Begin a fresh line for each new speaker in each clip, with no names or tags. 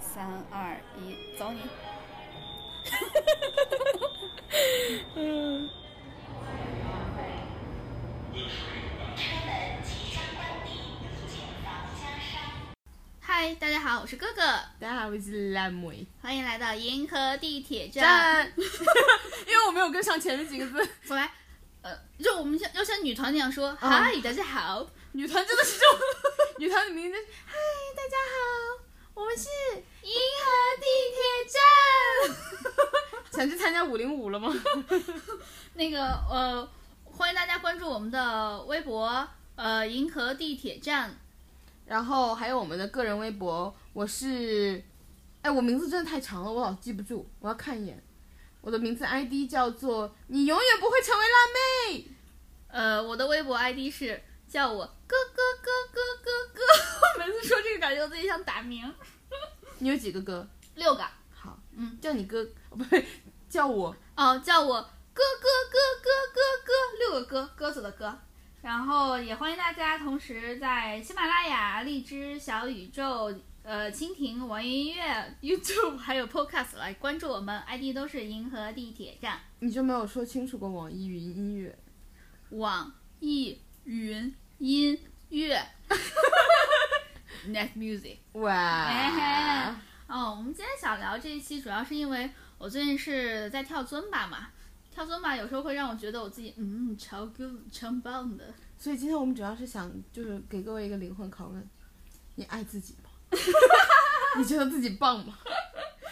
三二一，走你！
嗯。
嗨，大家好，我是哥哥，
大家好，我是烂 梅。
欢迎来到银河地铁站。
赞， 因为我没有跟上前面几个字。
本来，呃，就我们像要像女团那样说，嗨、大家好，
女团真的是这种，女团的名字就是嗨，大家好，我们是
银河地铁站。
想去参加五零五了吗？
那个呃，欢迎大家关注我们的微博，呃，银河地铁站。
然后还有我们的个人微博，我是，哎，我名字真的太长了，我老记不住，我要看一眼。我的名字 ID 叫做“你永远不会成为辣妹
呃，我的微博 ID 是叫我哥哥哥哥哥哥，我每次说这个感觉我自己想打鸣。”。
你有几个哥？
六个
好，
嗯，
叫你哥，不对，叫我
哦，叫我哥哥哥哥哥哥，六个哥，鸽子的鸽。然后也欢迎大家同时在喜马拉雅、荔枝、小宇宙、呃蜻蜓、网易音乐、YouTube 还有 Podcast 来关注我们，ID 都是银河地铁站
你就没有说清楚过网易云音乐。
网易云音乐 Net Music。
哇
哎！哦，我们今天想聊这一期，主要是因为我最近是在跳尊巴嘛，跳尊巴有时候会让我觉得我自己嗯超 good 超棒的。
所以今天我们主要是想，就是给各位一个灵魂拷问：你爱自己吗？ 你觉得自己棒吗？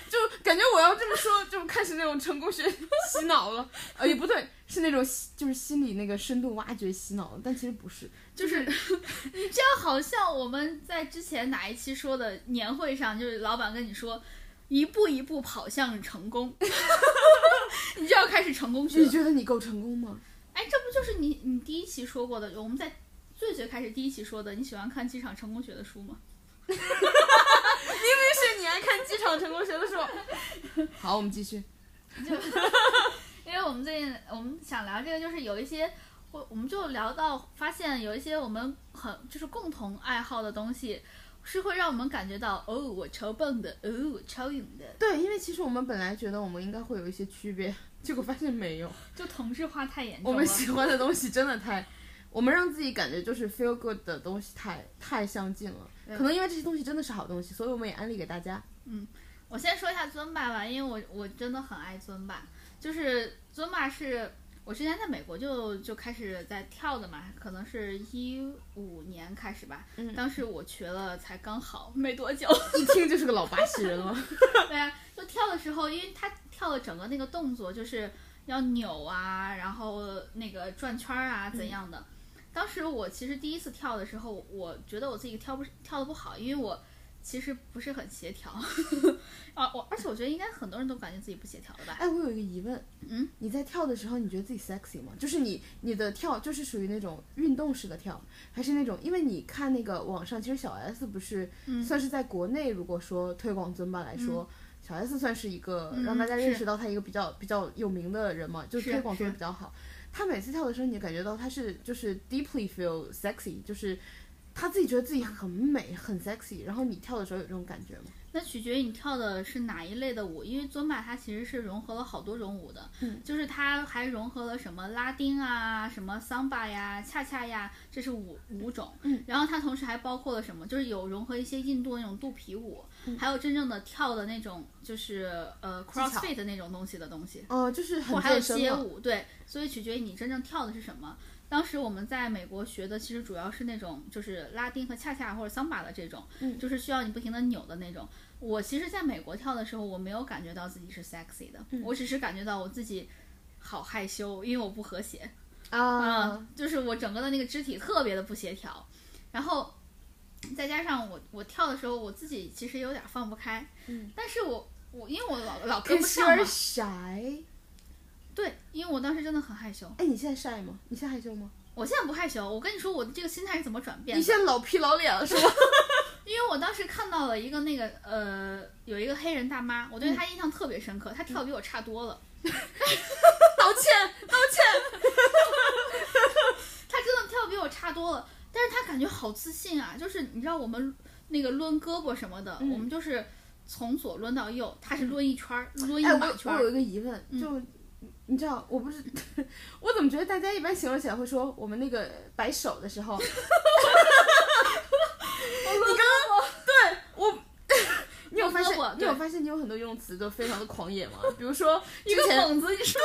就感觉我要这么说， 就开始那种成功学洗脑了。呃，也不对，是那种洗就是心理那个深度挖掘洗脑了，但其实不是，
就是 你这样好像我们在之前哪一期说的年会上，就是老板跟你说一步一步跑向成功， 你就要开始成功学
你
了。
觉得你够成功吗？
哎，这不就是你你第一期说过的？我们在最最开始第一期说的，你喜欢看机场成功学的书吗？
但是你爱看《机场成功学》的时候。 好，我们继续。
因为我们最近我们想聊这个，就是有一些，我我们就聊到发现有一些我们很就是共同爱好的东西，是会让我们感觉到哦，我超棒的，哦，我超勇的，
对，因为其实我们本来觉得我们应该会有一些区别，结果发现没有。
就同质化太严
我
重了
们。喜欢的东西真的太， 我们让自己感觉就是 feel good 的东西太太相近了。
嗯
可能因为这些东西真的是好东西，所以我们也安利给大家。
我先说一下尊巴吧，因为我我真的很爱尊巴，就是尊巴是我之前在美国就就开始在跳的嘛，可能是一五年开始吧，
嗯
当时我瘸了才刚好没多久，
一听就是个老巴西人了。
对啊，就跳的时候，因为他跳的整个那个动作就是要扭啊，然后那个转圈儿啊怎样的。当时我其实第一次跳的时候，我觉得我自己跳不跳的不好，因为我其实不是很协调 啊。我而且我觉得应该很多人都感觉自己不协调的吧。
哎，我有一个疑问，
嗯，
你在跳的时候，你觉得自己 sexy 吗？就是你你的跳就是属于那种运动式的跳，还是那种？因为你看那个网上，其实小 S 不是、
嗯
算是在国内，如果说推广尊巴来说。小 S 算是一个
嗯
让大家认
是
识到她一个比较比较有名的人嘛，就是推广做的
是
比较好。她每次跳的时候，你就感觉到她是就是 deeply feel sexy，就是她自己觉得自己很美很 sexy，然后你跳的时候有这种感觉吗？
那取决于你跳的是哪一类的舞，因为尊巴它其实是融合了好多种舞的，
嗯
就是它还融合了什么拉丁啊、什么桑巴呀、恰恰呀，这是五五种。
嗯，
然后它同时还包括了什么，就是有融合一些印度那种肚皮舞，还有真正的跳的那种，就是呃
嗯技巧
CrossFit 那种东西的东西。
哦、就是
或
很
还有
健身
街
嘛
舞，对，所以取决于你真正跳的是什么。当时我们在美国学的其实主要是那种就是拉丁和恰恰或者桑巴的这种，
嗯
就是需要你不停的扭的那种。我其实在美国跳的时候，我没有感觉到自己是 sexy 的，
嗯
我只是感觉到我自己好害羞，因为我不和谐。
啊。
嗯，就是我整个的那个肢体特别的不协调，然后再加上我我跳的时候，我自己其实有点放不开，
嗯
但是我我因为我老老跟不
Cause
上
you're
嘛，
shy。
对，因为我当时真的很害羞，
哎，你现在晒吗？你现在害羞吗？
我现在不害羞，我跟你说我的这个心态是怎么转变
你
的，
现在老皮老脸了是吗？
因为我当时看到了一个那个呃有一个黑人大妈，
嗯
我对她印象特别深刻，她跳得比我差多了，
道歉。
她真的跳得比我差多了，但是她感觉好自信啊，就是你知道我们那个抡胳膊什么的，
嗯
我们就是。从左抡到右，他是抡一圈儿，把一
哎，
马
我
圈
我
儿。
有一个疑问，
嗯
就、你知道，我不是， 我怎么觉得大家一般形容起来会说我们那个摆手的时 候，我 你
我
有发现
胳膊
你有
对
发现你有很多用词都非常的狂野吗？比如说
一
之
个
前，
猛子，你说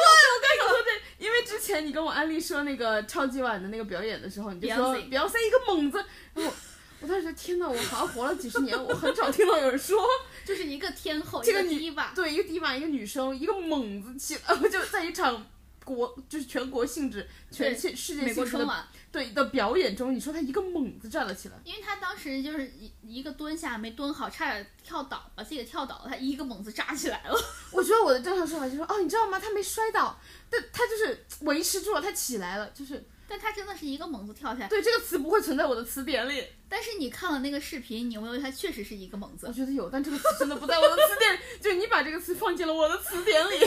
因为之前你跟我安利说那个超级碗的那个表演的时候，你就说
Beyonce
比 e 塞一个猛子，然后我我当时觉得天呐，我好像活了几十年，我很少听到有人说
就是一个天后，
这个
一个
女
堤坝，
对，一个迪马，一个女生，一个猛子起， 就在一场国就是全国性质、全
对
世世界
美
性
国
质
春
的
晚，
对的表演中，你说她一个猛子站了起来，
因为他当时就是一一个蹲下没蹲好，差点跳倒，把自己给跳倒了，他一个猛子扎起来了。
我觉得我的正常说法就是哦，你知道吗？她没摔倒，但她就是维持住了，她起来了，就是
但他真的是一个猛子跳起来，
对这个词不会存在我的词典里。
但是你看了那个视频，你有没有他确实是一个猛
我
子？
觉得有，但这个词真的不在我的词典， 就你把这个词放进了我的词典里。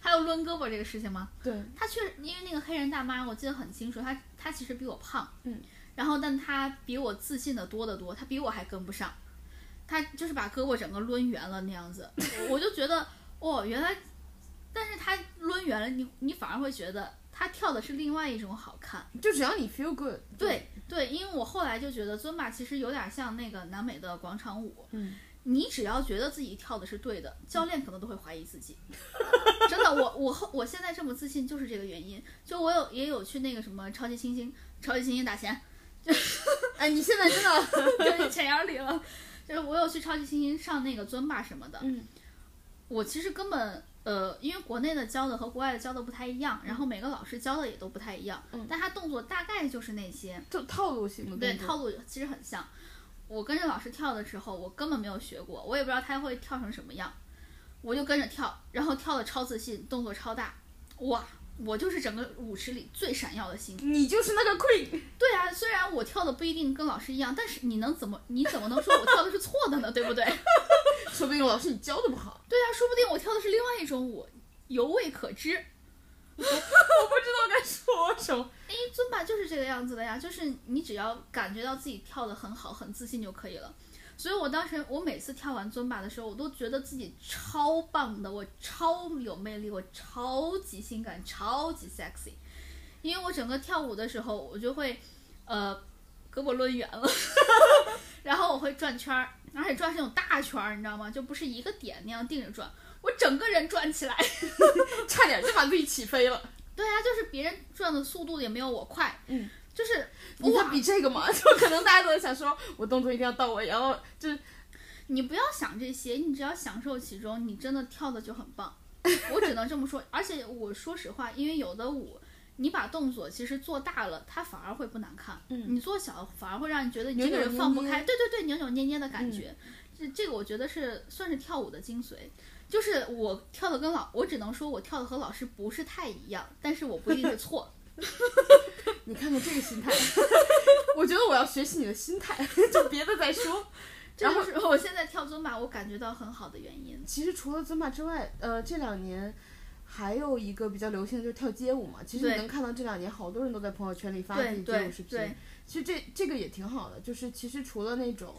还有抡胳膊这个事情吗？
对，
他确实，因为那个黑人大妈，我记得很清楚，她她其实比我胖，
嗯，
然后但她比我自信的多得多，她比我还跟不上，她就是把胳膊整个抡圆了那样子，我我就觉得哦，原来，但是她抡圆了，你你反而会觉得她跳的是另外一种好看，
就只要你 feel good，
对对，因为我后来就觉得尊巴其实有点像那个南美的广场舞，
嗯，
你只要觉得自己跳的是对的，教练可能都会怀疑自己。 真的，我我后我现在这么自信就是这个原因。就我有也有去那个什么超级新星，超级新星打钱，
哎，你现在真的，
就是钱眼里了。就是我有去超级新星上那个尊巴什么的，
嗯，
我其实根本呃，因为国内的教的和国外的教的不太一样，然后每个老师教的也都不太一样，
嗯
但他动作大概就是那些，
就套路型的
对，
动作
套路其实很像。我跟着老师跳的时候，我根本没有学过，我也不知道他会跳成什么样，我就跟着跳，然后跳的超自信，动作超大，哇！我就是整个舞池里最闪耀的星。
你就是那个 queen，
对啊，虽然我跳的不一定跟老师一样，但是你能怎么你怎么能说我跳的是错的呢？对不对？ 对
说不定老师你教的不好。
啊，说不定我跳的是另外一种舞，犹未可知。
我不知道该说什么。
因为哎尊巴就是这个样子的呀，就是你只要感觉到自己跳得很好、很自信就可以了。所以我当时，我每次跳完尊巴的时候，我都觉得自己超棒的，我超有魅力，我超级性感，超级 sexy。因为我整个跳舞的时候，我就会，呃，胳膊抡圆了， 然后我会转圈儿，而且转是那种大圈儿，你知道吗？就不是一个点那样定着转，我整个人转起来。
差点就把自己起飞了。
对啊，就是别人转的速度也没有我快，
嗯，
就是
你
哇
看，比这个嘛， 就可能大家都在想说，我动作一定要到位，然后就是
你不要想这些，你只要享受其中，你真的跳的就很棒。我只能这么说，而且我说实话，因为有的舞，你把动作其实做大了，它反而会不难看。
嗯
你做小反而会让你觉得你
扭
这个
扭
人
捏
放不
捏嗯
开。对对对，扭扭捏捏的感觉，这这个我觉得是算是跳舞的精髓。就是我跳的跟老，我只能说我跳的和老师不是太一样，但是我不一定是 错。
你看看这个心态， 我觉得我要学习你的心态， 就别的再说。
这就是我现在跳尊巴，我感觉到很好的原因。
其实除了尊巴之外，呃，这两年还有一个比较流行的就是跳街舞嘛。其实你
对
能看到这两年好多人都在朋友圈里发自
对
己街
对
舞视频
对，，
其实这这个也挺好的，就是其实除了那种，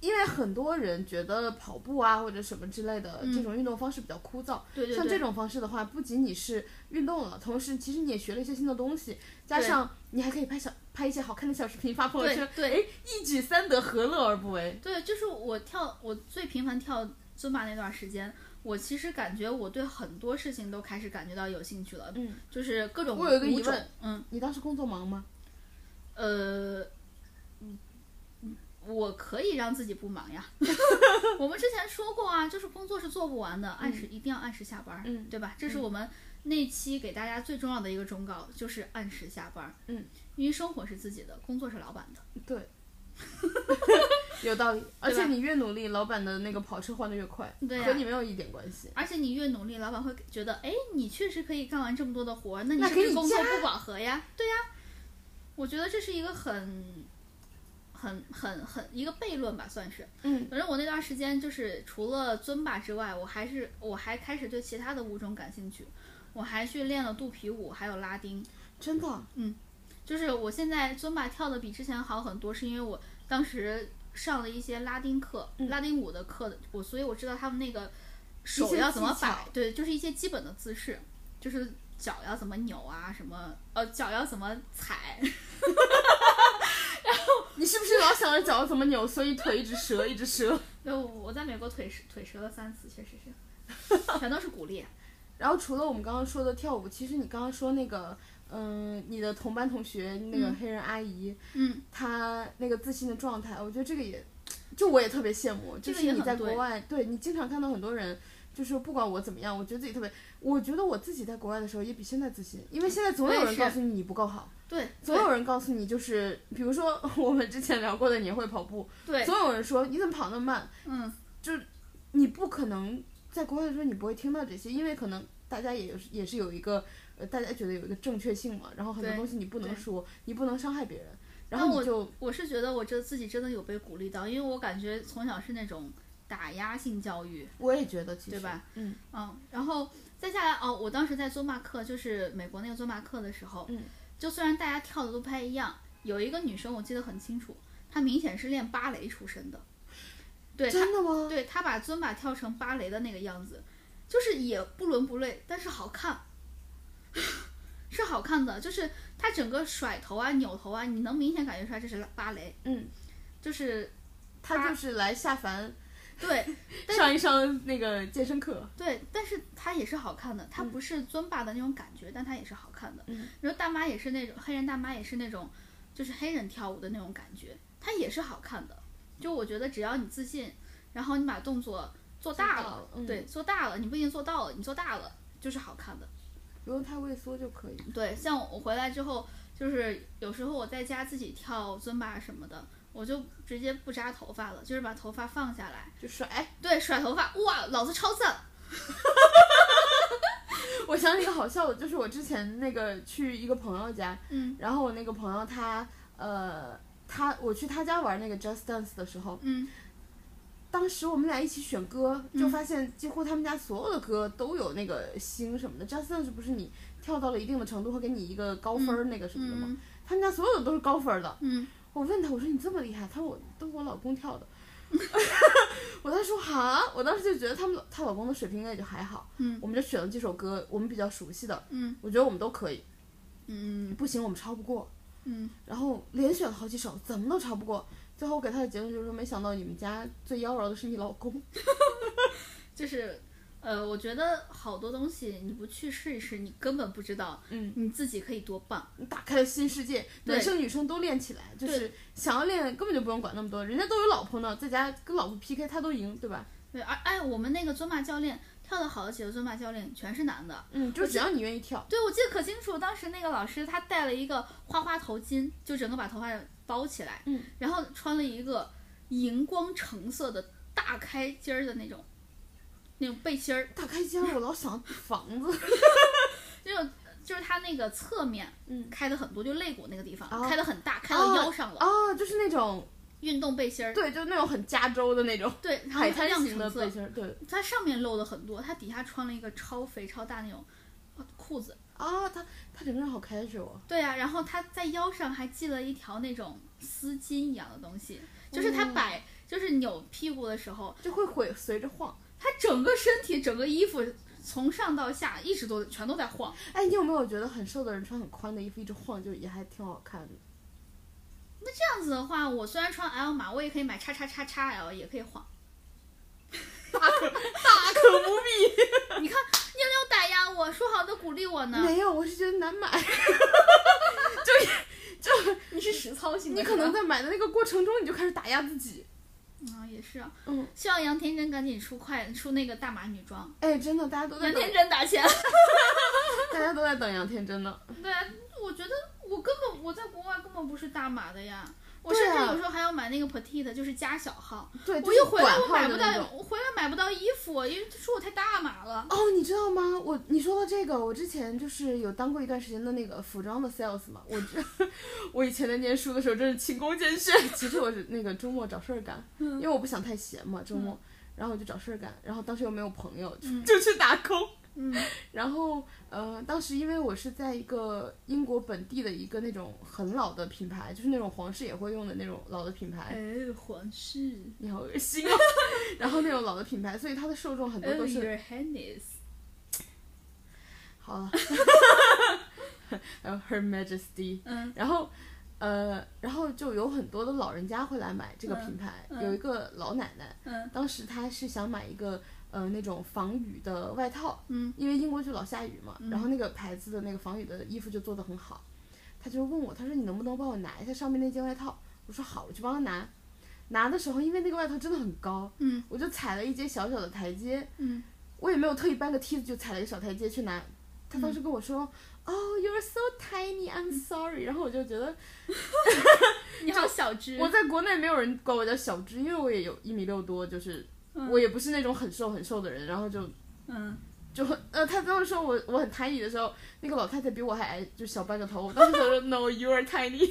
因为很多人觉得跑步啊或者什么之类的、
嗯
这种运动方式比较枯燥，
对对
像
对
这种方式的话，不仅你是运动了，同时其实你也学了一些新的东西，加上你还可以拍小拍一些好看的小视频发朋友圈，
对
哎，一举三得，何乐而不为？
对，就是我跳，我最频繁跳尊巴那段时间，我其实感觉我对很多事情都开始感觉到有兴趣了，
嗯，
就是各种
我有一个
舞
疑
种
问，
嗯，
你当时工作忙吗？
呃，嗯嗯，我可以让自己不忙呀。 我们之前说过啊，就是工作是做不完的，按时、一定要按时下班，
嗯
对吧？这是我们那期给大家最重要的一个忠告，就是按时下班，
嗯，
因为生活是自己的，工作是老板的。
对。有道理，而且
吧
你越努力，老板的那个跑车换的越快，
对呀
和你没有一点关系。
而且你越努力，老板会觉得，哎，你确实可以干完这么多的活儿，那你
那
是不
给
是
你
工作
加
不饱和呀？对呀、我觉得这是一个很、很、很、很一个悖论吧，算是。
嗯，
反正我那段时间就是除了尊巴之外，我还是我还开始对其他的舞种感兴趣，我还去练了肚皮舞，还有拉丁。
真的，
就是我现在尊巴跳的比之前好很多，是因为我当时上了一些拉丁课、
嗯
拉丁舞的课的，我所以我知道他们那个
一
手
些
要怎么
技巧
摆，对，就是一些基本的姿势，就是脚要怎么扭啊，什么呃脚要怎么踩，
你是不是老想着脚怎么扭，所以腿一直折，一直折，
就我在美国腿折腿折了三次，确实是，全都是骨裂。
然后除了我们刚刚说的跳舞，其实你刚刚说那个，嗯、你的同班同学那个
嗯
黑人阿姨，
嗯，
她那个自信的状态，我觉得这个也，就我也特别羡慕，
这
就
个
是
也
你
很
在国
对
外，对你经常看到很多人。就是不管我怎么样，我觉得自己特别，我觉得我自己在国外的时候也比现在自信，因为现在总
嗯我
有
也
人
是
告诉你你不够好，
对，
总有人告诉你就是，比如说 我们之前聊过的你会跑步，
对，对
总有人说你怎么跑那么慢，
嗯，
你不可能在国外的时候你不会听到这些，因为可能大家也有也是有一个呃，大家觉得有一个正确性嘛，然后很多
对
东西你不能
对
说，你不能伤害别人，然
那
后
我
你就
我是觉得我这自己真的有被鼓励到，因为我感觉从小是那种打压性教育，
我也觉得其实
对吧？
嗯，
嗯，然后再下来哦，我当时在尊巴课，就是美国那个尊巴课的时候，
嗯，
就虽然大家跳的都不太一样，有一个女生我记得很清楚，她明显是练芭蕾出身的，对她，
真的吗？
对她把尊巴跳成芭蕾的那个样子，就是也不伦不类，但是好看， 是好看的，就是她整个甩头啊、扭头啊，你能明显感觉出来这是芭蕾，
嗯，
就是
他就是来下凡
对，但
上一上那个健身课，
对，但是它也是好看的，它
嗯
不是尊巴的那种感觉，但它也是好看的。
嗯
然后大妈也是那种黑人大妈也是那种，就是黑人跳舞的那种感觉，它也是好看的。就我觉得只要你自信，然后你把动作做大
做到
了
了，嗯
对，做大了，你不一定做到了，你做大了就是好看的。
不用太畏缩就可以。
对，像我回来之后，就是有时候我在家自己跳尊巴什么的，我就直接不扎头发了，就是把头发放下来，
就甩， 哎，
对，甩头发，哇，老子超赞，
我想起一个好笑的，就是我之前那个去一个朋友家，
嗯
然后我那个朋友他，呃，他我去他家玩那个 Just Dance 的时候，
嗯，
当时我们俩一起选歌，就
嗯
发现几乎他们家所有的歌都有那个星什么的。Just Dance 不是你跳到了一定的程度会给你一个高分儿那个什么的吗？
嗯
他们家所有的都是高分儿的。
嗯。
我问他，我说你这么厉害？他说我都我老公跳的。 我当时说哈，我当时就觉得他们她老公的水平应该也就还好。
嗯
我们就选了几首歌我们比较熟悉的，
嗯
我觉得我们都可以。
嗯
不行，我们超不过。
嗯
然后连选了好几首，怎么都超不过。最后我给他的结论就是说，没想到你们家最妖娆的是你老公。，
就是，呃，我觉得好多东西你不去试一试，你根本不知道
嗯。
你自己可以多棒。
你打开了新世界，
对
男生女生都练起来，就是想要练根本就不用管那么多，人家都有老婆呢，在家跟老婆 PK 他都赢，对吧？
对，而哎，我们那个尊巴教练跳的好的几个尊巴教练全是男的。
嗯，就只要你愿意跳，
对，我记得可清楚，当时那个老师他戴了一个花花头巾，就整个把头发包起来，
嗯，
然后穿了一个荧光橙色的大开襟儿的那种，那种背心儿，
打开间儿我老想房子，
那种就是他那个侧面
嗯，
开的很多，就肋骨那个地方、
哦
开的很大，开到腰上了，
啊，就是那种
运动背心儿，
对，就那种很加州的那种
对，然后
海
它
滩
亮
型的
橙
背
色，
心儿，对
它上面露了很多，它底下穿了一个超肥超大那种呃裤子。
啊，他他整个人好 casual，啊
对啊，然后他在腰上还系了一条那种丝巾一样的东西，就是他
哦
摆，就是扭屁股的时候，
就会会随着晃。
他整个身体、整个衣服从上到下一直都全都在晃。
哎，你有没有觉得很瘦的人穿很宽的衣服一直晃，就也还挺好看的？
这样子的话，我虽然穿 L 码，我也可以买叉叉叉叉 L，也可以晃。
大可不必。
你看，你有没有打压我？说好的鼓励我呢？
没有，我是觉得难买。
你是实操性的
你
是
可能
吧
在买的那个过程中，你就开始打压自己。
啊，也是啊。
嗯，
希望杨天真赶紧出快出那个大码女装。
哎，真的，大家都在
杨
等
天，真打钱。
大家都在等杨天真的。
对啊，我觉得我根本我在国外根本不是大码的呀，我
对
甚
啊
至有时候还要买那个 petite，就是加小号。
对，
我
又
一回来我买不到，
哦，
我回来买不到衣服，因为他说我太大码了。
你知道吗？我你说到这个，我之前就是有当过一段时间的那个服装的 sales 嘛。我这 我以前在念书的时候，真是勤工俭学。哎 嗯其实我是那个周末找事儿干，因嗯为我不想太闲嘛，周末。然后我就找事儿干，然后当时又没有朋友，就
嗯
就去打工。
嗯
然后呃，当时因为我是在一个英国本地的一个那种很老的品牌，就是那种皇室也会用的那种老的品牌，
哎，皇室，
你好恶 心哦。然后那种老的品牌，所以它的受众很多都
Oh,
是
your highness，
好
啊
了，还有 Her Majesty，
嗯
然后呃，然后就有很多的老人家会来买这个品牌。
嗯嗯
有一个老奶奶，
嗯
当时她是想买一个呃那种防雨的外套，
嗯
因为英国就老下雨嘛，
嗯
然后那个牌子的那个防雨的衣服就做得很好。她就问我，她说你能不能帮我拿一下上面那件外套？我说好，我去帮她拿。拿的时候，因为那个外套真的很高，
嗯
我就踩了一阶小小的台阶，
嗯，
我也没有特意搬个梯子，就踩了一个小台阶去拿。他
嗯
当时跟我说：“哦、y o u r e so tiny, I'm sorry。”然后我就觉得
你好小只，
我在国内没有人管我叫小只，因为我也有一米六多，就是、
嗯
我也不是那种很瘦很瘦的人。然后就
嗯，
就很呃，他当时说我我很 tiny 的时候，那个老太太比我还矮，就小半个头。我当时就 说：“No, you are tiny。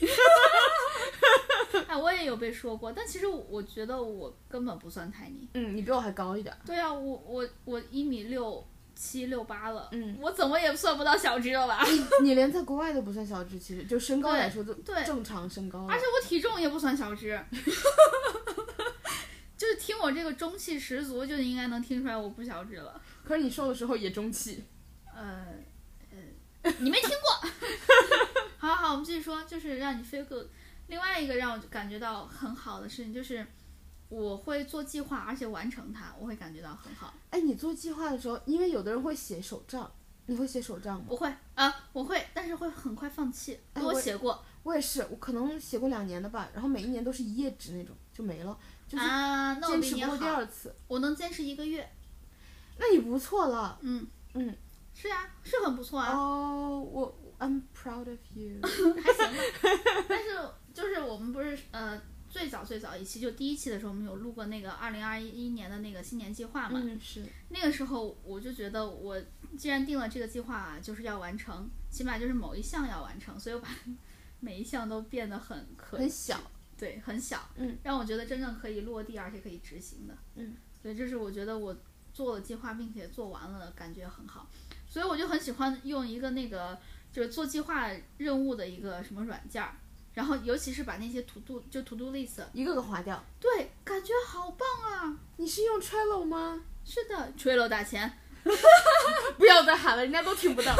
哎，我也有被说过，但其实我我觉得我根本不算 tiny。”
嗯，你比我还高一点。
对啊，我我我一米六七六八了，
嗯，
我怎么也算不到小只了吧？
你连在国外都不算小只，其实就身高来说，就
对
正常身高了。
而且我体重也不算小只，就是听我这个中气十足，就应该能听出来我不小只了。
可是你瘦的时候也中气。
呃呃，你没听过？好好，我们继续说，就是让你 feel good。另外一个让我感觉到很好的事情就是，我会做计划，而且完成它，我会感觉到很好。
哎，你做计划的时候，因为有的人会写手账，你会写手账吗？
不会啊，我会，但是会很快放弃。
哎
我
我
写过
我也是，我可能写过两年的吧，然后每一年都是一页纸那种，就没了，就是
啊，那我
坚
比
持
你
不过第
好，
二次。
我能坚持一个月。
那你不错了
嗯
嗯，
是啊，是很不错啊。
哦，我 I'm proud of you。
还行吧。 但是就是我们不是呃最早最早一期就第一期的时候，我们有录过那个二零二一年的那个新年计划嘛？
嗯，是，
那个时候我就觉得我既然定了这个计划、啊，就是要完成，起码就是某一项要完成，所以我把 每一项都变得很可
很小。
对很小，
嗯，
让我觉得真正可以落地而且可以执行的，
嗯，
所以这是我觉得我做了计划并且做完了，感觉很好，所以我就很喜欢用一个那个就是做计划任务的一个什么软件儿，然后尤其是把那些 to do 就 to do list，
一个个划掉。
对，感觉好棒啊！
你是用 Trello 吗？
是的，吹楼大钱，
不要再喊了，人家都听不到。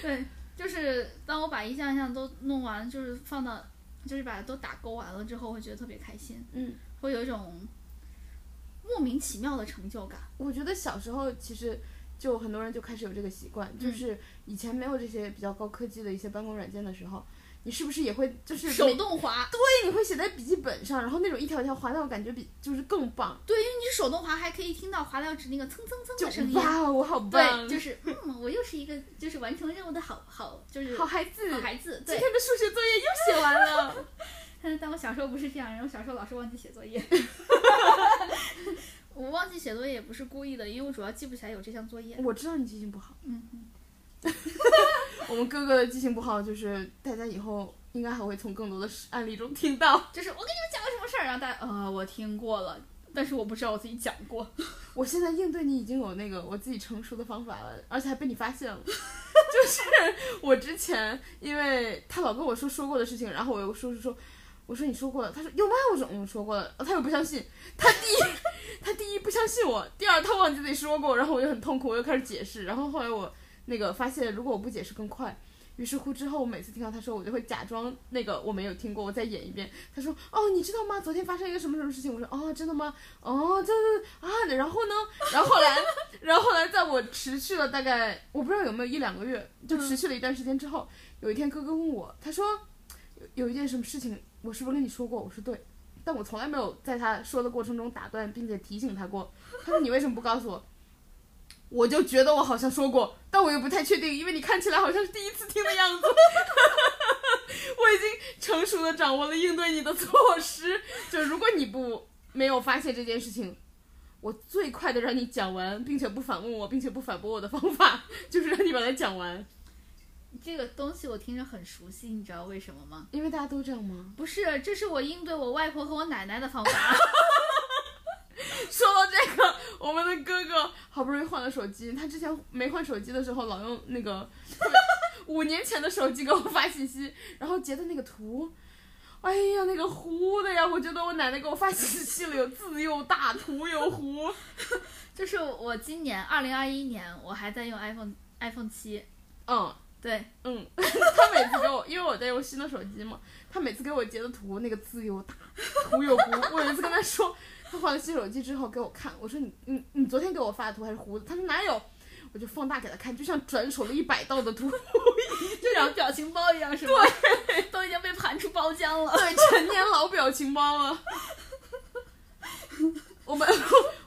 对，就是当我把一项一项都弄完，就是放到，就是把它都打勾完了之后，会觉得特别开心，
嗯，
会有一种莫名其妙的成就感。
我觉得小时候其实就很多人就开始有这个习惯，就是以前没有这些比较高科技的一些办公软件的时候，你是不是也会就是每
手动 滑，
对，你会写在笔记本上，然后那种一条一条划，那我感觉比就是更棒，
对，因为你手动滑还可以听到滑料纸那个蹭蹭蹭
就
的声音。
哇哦，我好棒，
对，就是嗯，我又是一个就是完成任务的好好就是
好孩子，
好孩子。
今
对，
天的数学作业又写完了，
但但我小时候不是这样，然后小时候老是忘记写作 业。 我忘记写作业也不是故意的，因为我主要记不起来有这项作业。
我知道你记性不好，
嗯，嗯
我们哥哥的记性不好，就是大家以后应该还会从更多的事案例中听到。
就是我跟你们讲个什么事儿，然后大家呃，我听过了，但是我不知道我自己讲过。
我现在应对你已经有那个我自己成熟的方法了，而且还被你发现了。 就是我之前，因为他老跟我说说过的事情，然后我又说说说，我说你说过了，他说有吗？我说嗯说过了，他又不相信，他第一他第一不相信我，第二他忘记自己说过，然后我就很痛苦，我又开始解释，然后后来我那个发现，如果我不解释更快。于是乎之后，我每次听到他说，我就会假装那个我没有听过，我再演一遍。他说：“哦，你知道吗？昨天发生一个什么什么事情？”我说：“哦，真的吗？哦，这啊，然后呢？然后后来，然后后来，在我持续了大概我不知道有没有一两个月，就持续了一段时间之后，有一天哥哥问我，他说有有一件什么事情，我是不是跟你说过？我说对，但我从来没有在他说的过程中打断并且提醒他过。他说你为什么不告诉我？我就觉得我好像说过，但我又不太确定，因为你看起来好像是第一次听的样子。 我已经成熟的掌握了应对你的措施，就如果你不没有发现这件事情，我最快的让你讲完，并且不反问我，并且不反驳我的方法， 就是让你把它讲完。
这个东西我听着很熟悉，你知道为什么吗？
因为大家都这样吗？
不是，这是我应对我外婆和我奶奶的方法。
说到这个，我们的哥哥好不容易换了手机，他之前没换手机的时候老用那个 五年前的手机给我发信息，然后截的那个图，哎呀，那个糊的呀，我觉得我奶奶给我发信息了，有字又大，图又糊。
就是我今年二零二一年，我还在用 iPhone iPhone 七，
嗯
对，
嗯， 他每次给我，因为我在用新的手机嘛，他每次给我截的图那个字又大，图又糊。我有一次跟他说，他换了新手机之后给我看，我说你你你昨天给我发的图还是糊的？他说哪有？我就放大给他看，就像转手了一百道的图，
就像表情包一样，是吗？对， 都已经被盘出包浆了。
对，陈年老表情包了。我们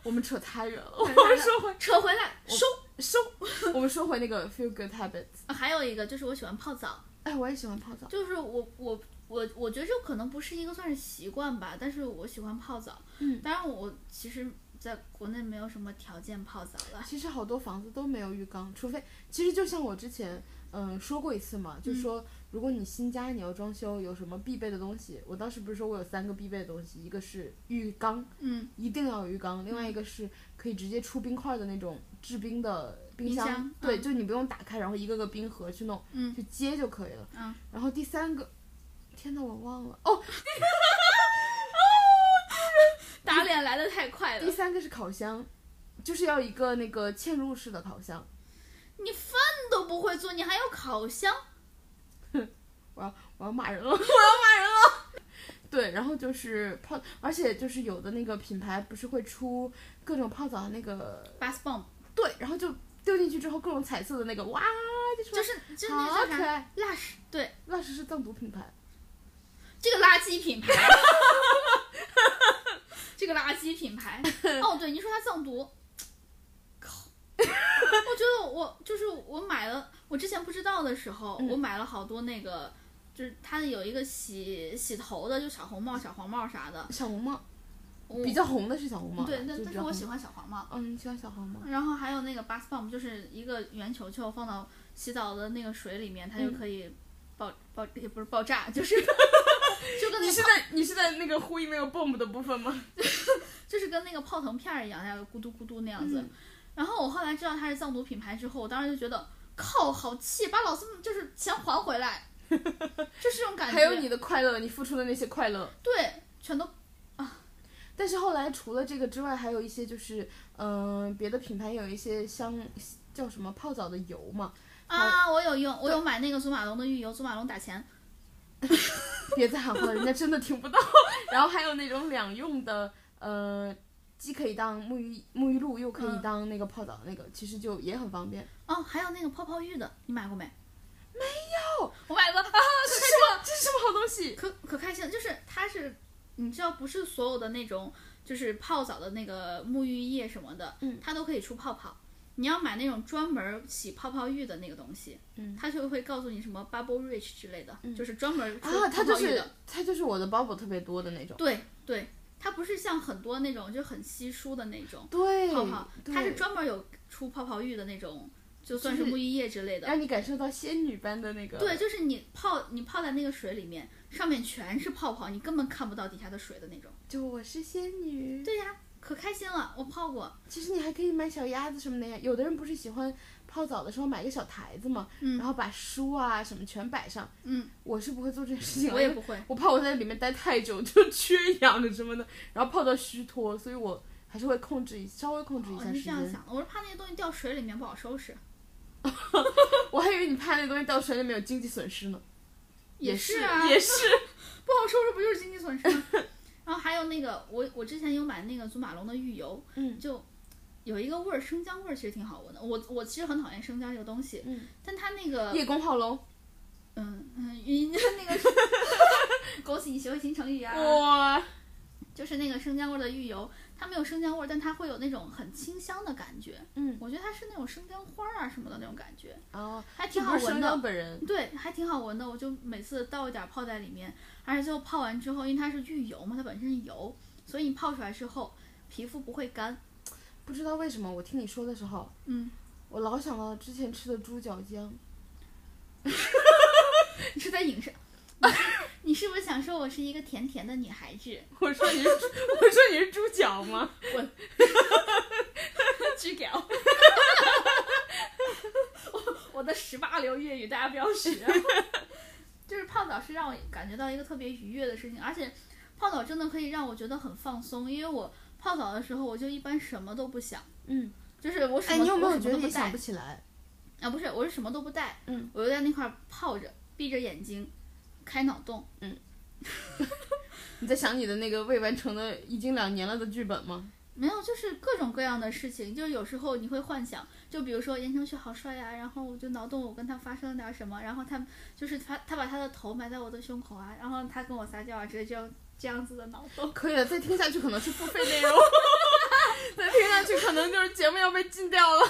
我们扯太远了，我们说回
扯回来，
收收，我们说回那个 feel good habits。
还有一个就是我喜欢泡澡，
哎，我也喜欢泡澡。
就是我我我我觉得这可能不是一个算是习惯吧，但是我喜欢泡澡。
嗯，
当然我其实在国内没有什么条件泡澡了。
其实好多房子都没有浴缸，除非其实就像我之前嗯、说过一次嘛，
嗯
就说如果你新家你要装修有什么必备的东西，我当时不是说我有三个必备的东西，一个是浴缸，
嗯，
一定要有浴缸，另外一个是可以直接出冰块的那种制冰的冰箱，
冰箱
对，
嗯
就你不用打开，然后一个个冰盒去弄，
嗯
去接就可以了。
嗯
然后第三个，天呐，我忘了哦，
打脸来的太快
第
了，
三个是烤箱，就是要一个那个嵌入式的烤箱。
你饭都不会做，你还有烤箱？
我要我要骂 人了，我要骂人了。 对，然后就是泡，而且就是有的那个品牌不是会出各种泡澡的那个，
bath bomb
对，然后就丢进去之后各种彩色的那个，哇，就出
就
来，
是就那
好
叫啥
可爱。
？Lush 对，
那是是藏族品牌，
这个垃圾 品牌，这个垃圾品牌。哦，对，你说它藏独，靠！ 我觉得我就是我买了，我之前不知道的时候，
嗯
我买了好多那个，就是它有一个洗洗头的，就小红帽、小黄帽啥的。
小红帽
我嗯
比较红的是小红帽，
哦对，但
就
但
比
是
较
我
红
喜欢小黄帽。
嗯，你喜欢小红帽？
然后还有那个 bath bomb，就是一个圆球球放到洗澡的那个水里面，它就
嗯
可以爆、爆，也不是爆炸，就是 就跟那
你
个
是在你是在那个呼应那个 bomb 的部分吗？
就是跟那个泡腾片儿一样，它咕嘟咕嘟那样子。
嗯
然后我后来知道它是藏族品牌之后，我当时就觉得靠，好气，把老子就是钱还回来，就是这种感觉。
还有你的快乐，你付出的那些快乐。
对，全都
但是后来除了这个之外，还有一些就是，嗯、别的品牌有一些香叫什么泡澡的油嘛，
啊，我有用，我有买那个祖马龙的浴油，祖马龙打钱。
别再喊话了，人家真的听不到。 然后还有那种两用的，呃，既可以当沐浴沐浴露，又可以
嗯
当那个泡澡那个，其实就也很方便。
哦，还有那个泡泡浴的，你买过没？没有，我买过啊，
这是什么？这是什么好 东西？
可可开心了，就是它是，你知道不是所有的那种就是泡澡的那个沐浴液什么的，
嗯
它都可以出泡泡。你要买那种专门洗泡泡浴的那个东西，
嗯
它就会告诉你什么 bubble rich 之类的，
嗯
就是专门出泡
啊，它就
泡浴
是
的。
它就是我的包包特别多的那种。
对对，它不是像很多那种就很稀疏的那种
对，
泡泡，它是
对
专门有出泡泡浴的那种，就算
就是是
沐浴液之类的。
让你感受到仙女般的那个。
对，，就是你泡你泡在那个水里面，上面全是泡泡，你根本看不到底下的水的那种。
就我是仙女。
对呀、可开心了，我泡过。
其实你还可以买小鸭子什么的呀。有的人不是喜欢泡澡的时候买个小台子嘛，
嗯
然后把书啊什么全摆上。
嗯，
我是不会做这件事情的，
我也不会。
我怕我在里面待太久就缺氧了什么的，然后泡到虚脱，所以我还是会控制一稍微控制一
哦，
下
你
时
是这样
间。
想的，我是怕那些东西掉水里面不好收拾。
我还以为你怕那东西到水里面有经济损失呢。也
是啊，
也是。
不好收拾不就是经济损失吗？ 然后还有那个，我我之前有买那个祖马龙的浴油，
嗯
就有一个味儿，生姜味儿其实挺好闻的。我我其实很讨厌生姜这个东西，
嗯，
但它那个
叶公好龙，
嗯嗯，云 那 个是恭喜你学会新成语啊，
哇，
就是那个生姜味儿的浴油，它没有生姜味儿，但它会有那种很清香的感觉。
嗯，
我觉得它是那种生姜花儿啊什么的那种感觉，
哦，
还
这
挺好
不是
闻
生
的
姜。本人，
对，还挺好闻的，我就每次倒一点儿泡在里面，而且最后泡完之后，因为它是浴油嘛，它本身是油，所以你泡出来之后，皮肤不会干。
不知道为什么我听你说的时候，
嗯，
我老想到之前吃的猪脚姜。
你是在影射？你是不是想说我是一个甜甜的女孩 子？
我说你是，我说你是猪脚吗？
巨屌！二流粤语，大家不要学。 就是泡澡是让我感觉到一个特别愉悦的事情，而且泡澡真的可以让我觉得很放松，因为我泡澡的时候我就一般什么都不想，
嗯，
就是我什
哎，
么
你有没
我
有
什
觉
么
得
都不
你想
带
不起来？
啊，不是，我是什么都不带，
嗯，
我就在那块儿泡着，闭着眼睛，开脑洞，
你在想你的那个未完成的已经两年了的剧本吗？
没有，就是各种各样的事情，就是有时候你会幻想，就比如说言承旭好帅呀、然后我就脑洞我跟他发生了点什么，然后他就是他他把他的头埋在我的胸口啊，然后他跟我撒娇啊，直接这样这样子的脑洞，
哦可以的，再听下去可能是付费内容， 再听下去可能就是节目要被禁掉了。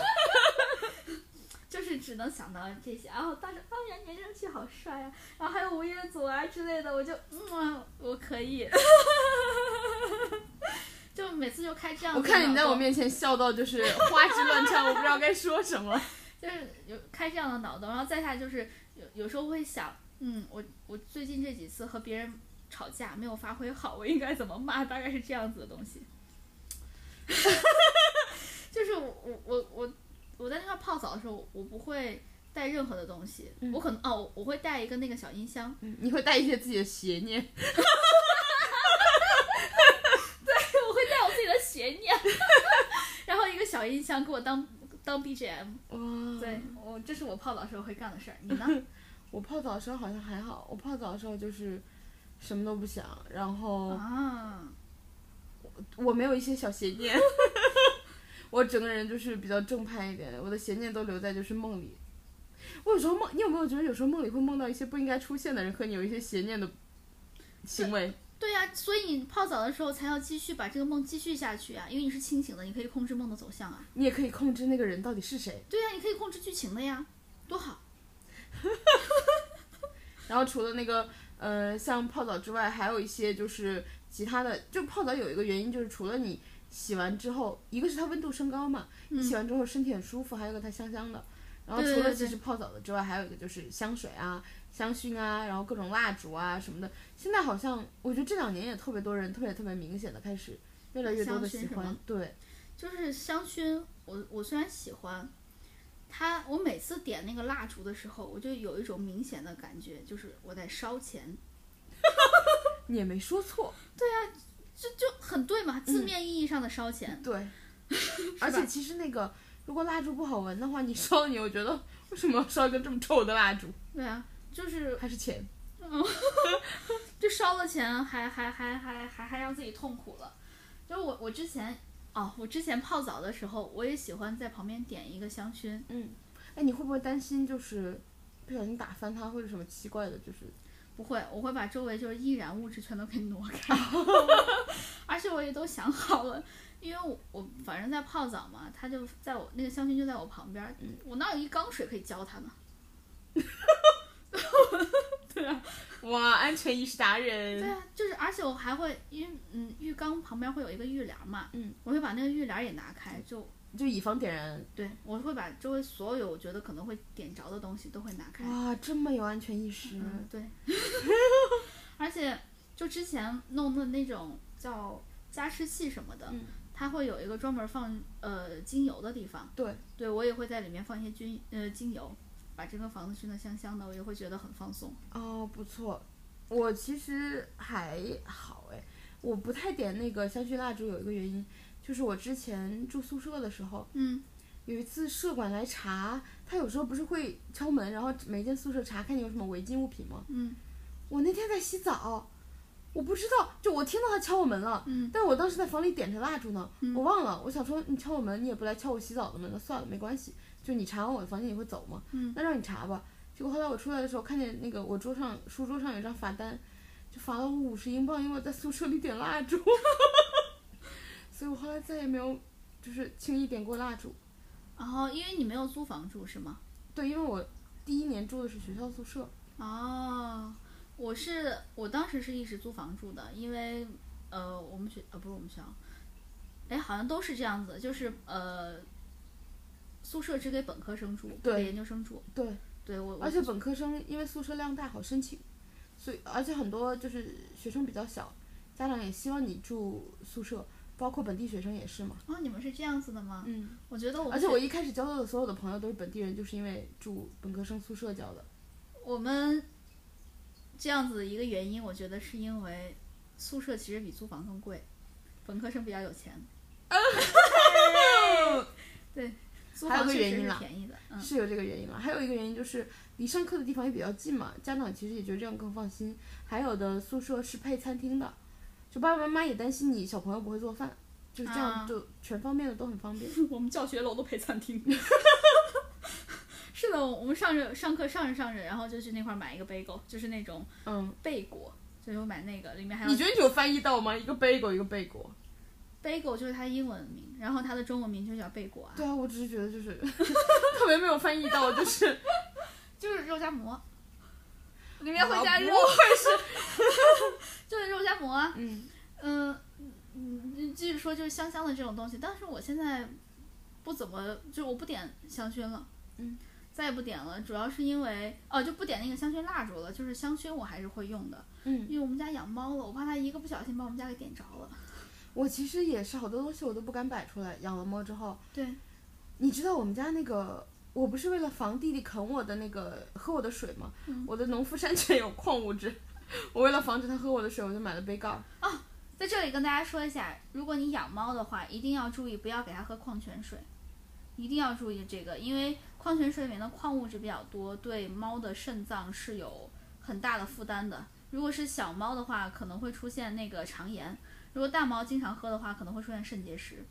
就是只能想到这些，然后当时啊呀言承旭好帅啊，然后还有吴彦祖啊之类的，我就嗯、啊我可以， 就每次就开这样
我
子的脑洞，
看你在我面前笑到就是花枝乱颤，我不知道该说什么。
就是有开这样的脑洞，然后再下就是有有时候会想，嗯，我我最近这几次和别人吵架没有发挥好，我应该怎么骂？大概是这样子的东西。 就是我我我我我在那块泡澡的时候，我不会带任何的东西，
嗯
我可能哦，我会带一个那个小音箱，
你会带一些自己的邪念，
我会带我自己的邪念， 然后一个小音箱给我当当 BGM，
哇，
对我这是我泡澡时候会干的事儿。你 呢？
我泡澡的时候好像还好，我泡澡的时候就是什么都不想，然后
啊，
我没有一些小邪念， 我整个人就是比较正派一点，我的邪念都留在就是梦里。我有时候梦，你有没有觉得有时候梦里会梦到一些不应该出现的人和你有一些邪念的行为？
对呀、所以你泡澡的时候才要继续把这个梦继续下去啊，因为你是清醒的，你可以控制梦的走向啊。
你也可以控制那个人到底是谁。
对啊呀、你可以控制剧情的呀，多好。
然后除了那个呃，像泡澡之外，还有一些就是其他的。就泡澡有一个原因就是除了你洗完之后，一个是它温度升高嘛，你洗
嗯，
完之后身体很舒服，还有一个它香香的。然后
对
除
对对
了其实泡澡的之外，还有一个就是香水啊、香薰啊，然后各种蜡烛啊什么的。现在好像我觉得这两年也特别多人特别特别明显的开始越来越多的
香薰
喜
是
欢
吗，
对，
就是香薰，我我虽然喜欢它，我每次点那个蜡烛的时候，我就有一种明显的感觉，就是我在烧钱。
你也没说错，
这就很对嘛，字面意义上的烧钱。
对。而且其实那个如果蜡烛不好闻的话，你烧你，我觉得为什么要烧一个这么臭的蜡烛？
对啊，就是
还是钱？
就烧了钱还还还还还还让自己痛苦了。就是我我之前哦，我之前泡澡的时候，我也喜欢在旁边点一个香薰。
哎，你会不会担心就是不小心打翻它或者什么奇怪的？就是
不会，我会把周围就是易燃物质全都给挪开，而且我也都想好了，因为我我反正在泡澡嘛，它就在我那个香薰就在我旁边儿，我哪有一缸水可以浇它呢？
哇，安全意识达
对
人。
啊，就是而且我还会因为嗯浴缸旁边会有一个浴帘儿嘛，
嗯，
我会把那个浴帘儿也拿开，就
就以防点燃
对我会把周围所有我觉得可能会点着的东西都会拿开，
哇，这么有安全意识，
嗯， 对，而且就之前弄的那种叫加湿器什么的，
嗯
它会有一个专门放呃精油的地方。
对，
对我也会在里面放一些菌呃精油，把整个房子熏得香香的，我也会觉得很放松。
哦，不错。我其实还好哎，我不太点那个香薰蜡烛，有一个原因就是我之前住宿舍的时候，
嗯，
有一次舍管来查，他有时候不是会敲门，然后每间宿舍查看你有什么违禁物品吗？
嗯
我那天在洗澡，我不知道，就我听到他敲我门了，
嗯
但我当时在房里点着蜡烛呢，
嗯
我忘了，我想说你敲我门，你也不来敲我洗澡的门了，算了，没关系，就你查完我的房间你会走吗？
嗯
那让你查吧。结果后来我出来的时候，看见那个我桌上书桌上有一张罚单，就罚了我五十英镑，因为我在宿舍里点蜡烛， 所以我后来再也没有就是轻易点过蜡烛。
然后因为你没有租房住是吗？
对，因为我第一年住的是学校宿舍，
哦，我是我当时是一直租房住的，因为呃我们学呃不是我们学校，哎好像都是这样子，就是呃宿舍只给本科生住，不
对
给研究生住。
对，
对我
而
我
且本科生因为宿舍量大好申请，所以而且很多就是学生比较小，家长也希望你住宿舍，包括本地学生也是嘛。
哦，你们是这样子的吗？
嗯，
我觉得我们
而且
是
我一开始交到的所有的朋友都是本地人，就是因为住本科生宿舍交的。
我们这样子的一个原因，我觉得是因为宿舍其实比租房更贵，本科生比较有 钱。 对，租
还有
房
个
确
原
实
因
是
啦
便宜的。嗯，
是有这个原因了，还有一个原因就是离上课的地方也比较近嘛，家长其实也觉得这样更放心。还有的宿舍是配餐厅的，就爸爸妈妈也担心你小朋友不会做饭，就是这样
啊
就全方面的都很方便。
我们教学楼都陪餐厅。 是的，我们上着上课上着上着，然后就去那块儿买一个 bagel，就是那种
嗯，
贝果，就是我买那个，里面还有
你觉得你有翻译到吗？一个 bagel 一个贝果。
bagel 就是它的英文名，然后它的中文名就叫贝果啊，
对啊，我只是觉得就是特别没有翻译 到，就是
就是肉夹馍，里
里
面会加肉，
不会是
就是肉夹馍啊。
嗯
嗯，嗯，继续说就是香香的这种东西，但是我现在不怎么，就是我不点香薰了，
嗯，
再也不点了，主要是因为哦，就不点那个香薰蜡烛了，就是香薰我还是会用的，
嗯，
因为我们家养猫了，我怕它一个不小心把我们家给点着了。
我其实也是好多东西我都不敢摆出来。养了猫之后，
对，
你知道我们家那个，我不是为了防弟弟啃我的那个喝我的水吗？
嗯
我的农夫山泉有矿物质，我为了防止他喝我的水，我就买了杯盖儿。
在这里跟大家说一下，如果你养猫的话，一定要注意不要给它喝矿泉水，一定要注意这个，因为矿泉水里面的矿物质比较多，对猫的肾脏是有很大的负担的。如果是小猫的话，可能会出现那个肠炎；如果大猫经常喝的话，可能会出现肾结石。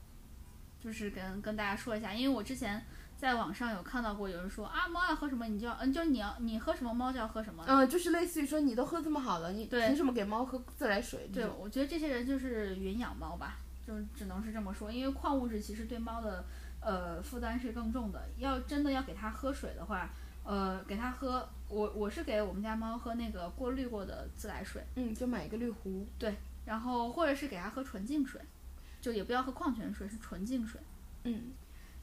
就是跟跟大家说一下，因为我之前在网上有看到过有人说啊，猫要喝什么你就要，嗯，就是你要你喝什么猫就要喝什么，
嗯，就是类似于说你都喝这么好了，你
对
凭什么给猫喝自来水？
对，，我觉得这些人就是云养猫吧，就是只能是这么说，因为矿物质其实对猫的呃负担是更重的。要真的要给它喝水的话，呃，给它喝，我我是给我们家猫喝那个过滤过的自来水，
嗯，就买一个绿壶。
然后或者是给它喝纯净水，就也不要喝矿泉水，是纯净水。
嗯，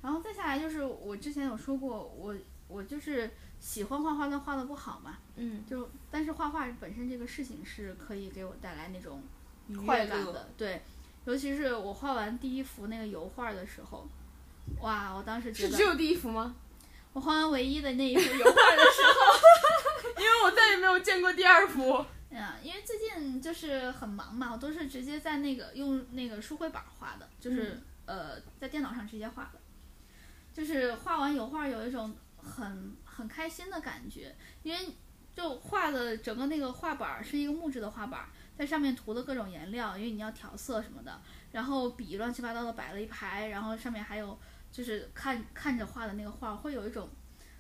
然后再下来就是我之前有说过，我我就是喜欢画画，但画的不好嘛，
嗯，
就但是画画本身这个事情是可以给我带来那种愉悦
快乐
感的，对，尤其是我画完第一幅那个油画的时候，哇，我当时觉
是
得
只有第一幅吗？
我画完唯一的那一幅油画的时候，
因为我再也没有见过第二幅。
哎呀，因为最近就是很忙嘛，我都是直接在那个用那个书绘板画的，就是、呃在电脑上直接画的，就是画完油画有一种很很开心的感觉，因为就画的整个那个画板儿是一个木质的画板儿，在上面涂的各种颜料，因为你要调色什么的，然后笔乱七八糟的摆了一排，然后上面还有就是看看着画的那个画，会有一种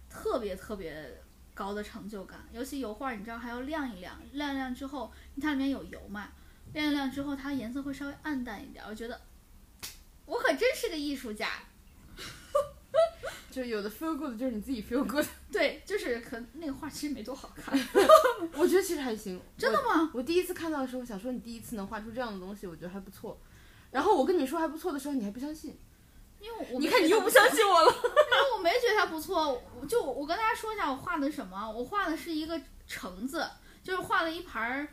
特别特别高的成就感。尤其油画，你知道还要晾一晾，晾一晾之后，因为它里面有油嘛，晾一晾之后它颜色会稍微暗淡一点，我觉得我可真是个艺术家。
就有的 feel good 就是你自己 feel good，
对，就是可那个画其实没多好看，
我觉得其实还行。
真的吗？
我第一次看到的时候，想说你第一次能画出这样的东西，我觉得还不错。然后我跟你说还不错的时候，你还不相信，
因为我
你
没
看
觉得
你又不相信我了。
我没觉得它不错，我就我跟大家说一下我画的什么，我画的是一个橙子，就是画了一盘儿，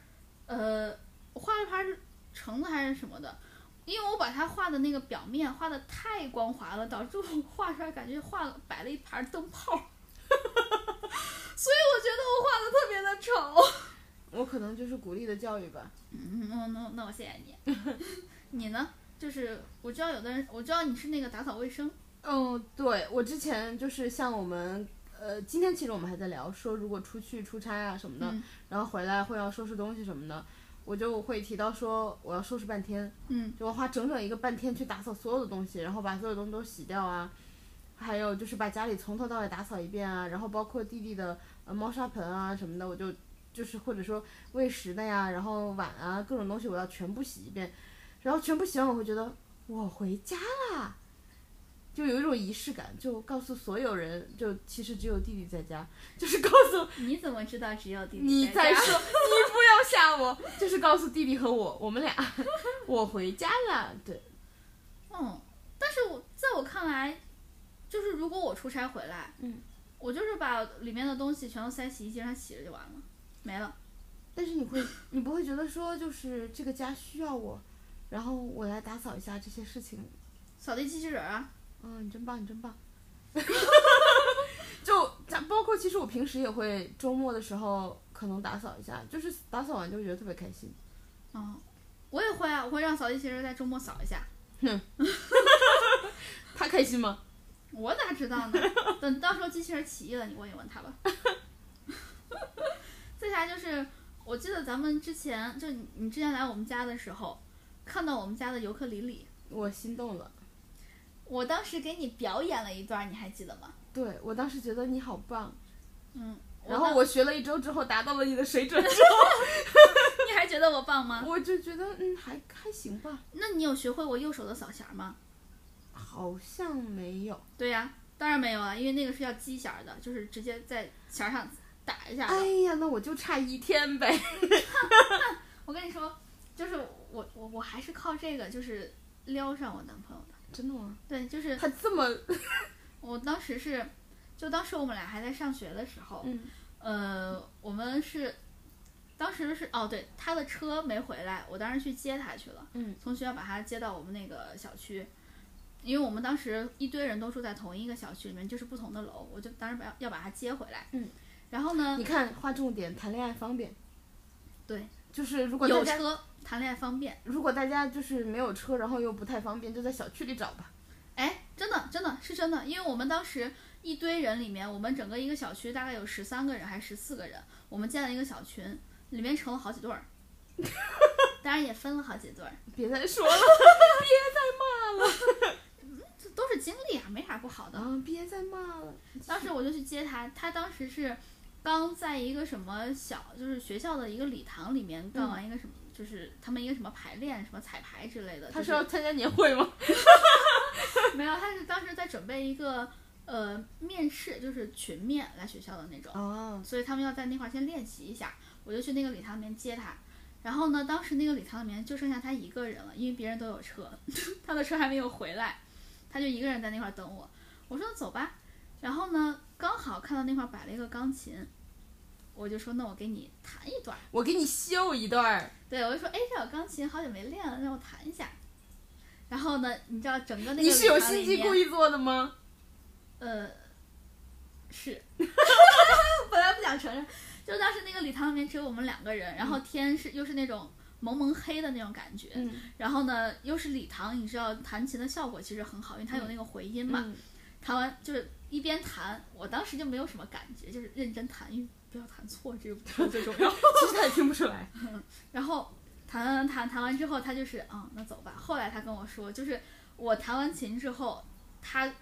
呃，我画了一盘儿橙子还是什么的，因为我把它画的那个表面画的太光滑了，导致我 画出来感觉画了摆了一盘儿灯泡儿， 所以我觉得我画的特别的丑。
我可能就是鼓励的教育吧。
嗯，那那那我谢谢你， 你呢？就是我知道有的人，我知道你是那个打扫卫生，
嗯，对我之前就是像我们，呃，今天其实我们还在聊说，如果出去出差啊什么的，
嗯
然后回来会要收拾东西什么的，我就会提到说我要收拾半天，
嗯
就我花整整一个半天去打扫所有的东西，然后把所有东西都洗掉啊，还有就是把家里从头到尾打扫一遍啊，然后包括弟弟的呃猫砂盆啊什么的，我就就是或者说喂食的呀，然后碗啊各种东西我要全部洗一遍，然后全部洗完我会觉得我回家啦，就有一种仪式感，就告诉所有人，就其实只有弟弟在家，就是告诉
你怎么知道只有弟弟
你
在
在
家
说，你不要吓我，就是告诉弟弟和我，我们俩， 我回家了。对，
嗯，但是我在我看来，就是如果我出差回来，
嗯，
我就是把里面的东西全都塞洗衣机上洗着就完了，没了。
但是你会，你不会觉得说，就是这个家需要我，然后我来打扫一下这些事情。
扫地机器人儿啊，
嗯，你真棒，你真棒。 就咱包括其实我平时也会周末的时候可能打扫一下，就是打扫完就会觉得特别开心。
嗯，我也会啊，我会让扫地机器人在周末扫一下。
他开心吗？
我哪知道呢？等到时候机器人起义了，你问一问他吧。 再啥就是，我记得咱们之前就你你之前来我们家的时候，看到我们家的尤克里里，
我心动了。
我当时给你表演了一段，你还记得吗？
对我当时觉得你好棒，
嗯，
然后我学了一周之后达到了你的水 准，
当你还觉得我棒吗？
我就觉得嗯还还行吧，
那你有学会我右手的扫弦吗？
好像没有。
对呀、当然没有啊，因为那个是要击弦儿的，就是直接在弦儿上打一下的。
哎呀，那我就差一天呗。
我跟你说，就是我我我还是靠这个就是撩上我男朋友的。
真的吗？
对，就是
他这么
我当时是，就当时我们俩还在上学的时候，
嗯
呃，我们是，当时是哦，对，他的车没回来，我当时去接他去了，
嗯，
从学校把他接到我们那个小区，因为我们当时一堆人都住在同一个小区里面，就是不同的楼，我就当时把要把他接回来，
嗯，
然后呢
你，看划重点，谈恋爱方便。
对，
就是如果大
有
家
车谈恋爱方便，
如果大家就是没有车，然后又不太方便，就在小区里找吧。
哎，真的真的是真的，因为我们当时一堆人里面，我们整个一个小区大概有十三个人还是十四个人，我们建了一个小群，里面成了好几 对儿，当然也分了好几对儿，
别再说了，
这都是经历啊，没啥不好的。
啊，别再骂了。
当时我就去接他，他当时是刚在一个什么小，就是学校的一个礼堂里面干完一个什么，就是他们一个什么排练、什么彩排之类的。
他
就是
要参加年会吗？
没有，他是当时在准备一个呃面试，就是群面来学校的那种。
啊，
所以他们要在那块儿先练习一下。我就去那个礼堂里面接他，然后呢，当时那个礼堂里面就剩下他一个人了，因为别人都有车， 他的车还没有回来，他就一个人在那块儿等我。我说走吧，然后呢，刚好看到那块儿摆了一个钢琴，我就说那我给你弹一段儿。
我给你秀一段儿。
对，我就说哎，这小钢琴好久没练了，让我弹一下。然后呢，你知道整个那个
你是有
礼堂里
心机
面
故意做的吗？
呃，是，本来不想承认，就当时那个礼堂里面只有我们两个人，然后天是又是那种蒙蒙黑的那种感觉，
嗯，
然后呢又是礼堂，你知道弹琴的效果其实很好，因为它有那个回音
嗯
嘛。弹完就是一边弹，我当时就没有什么感觉，就是认真弹，因为不要弹错，这个最重要。
其实他也听不出来。
然后弹弹弹完之后，他就是嗯，那走吧。后来他跟我说，就是我弹完琴之后，他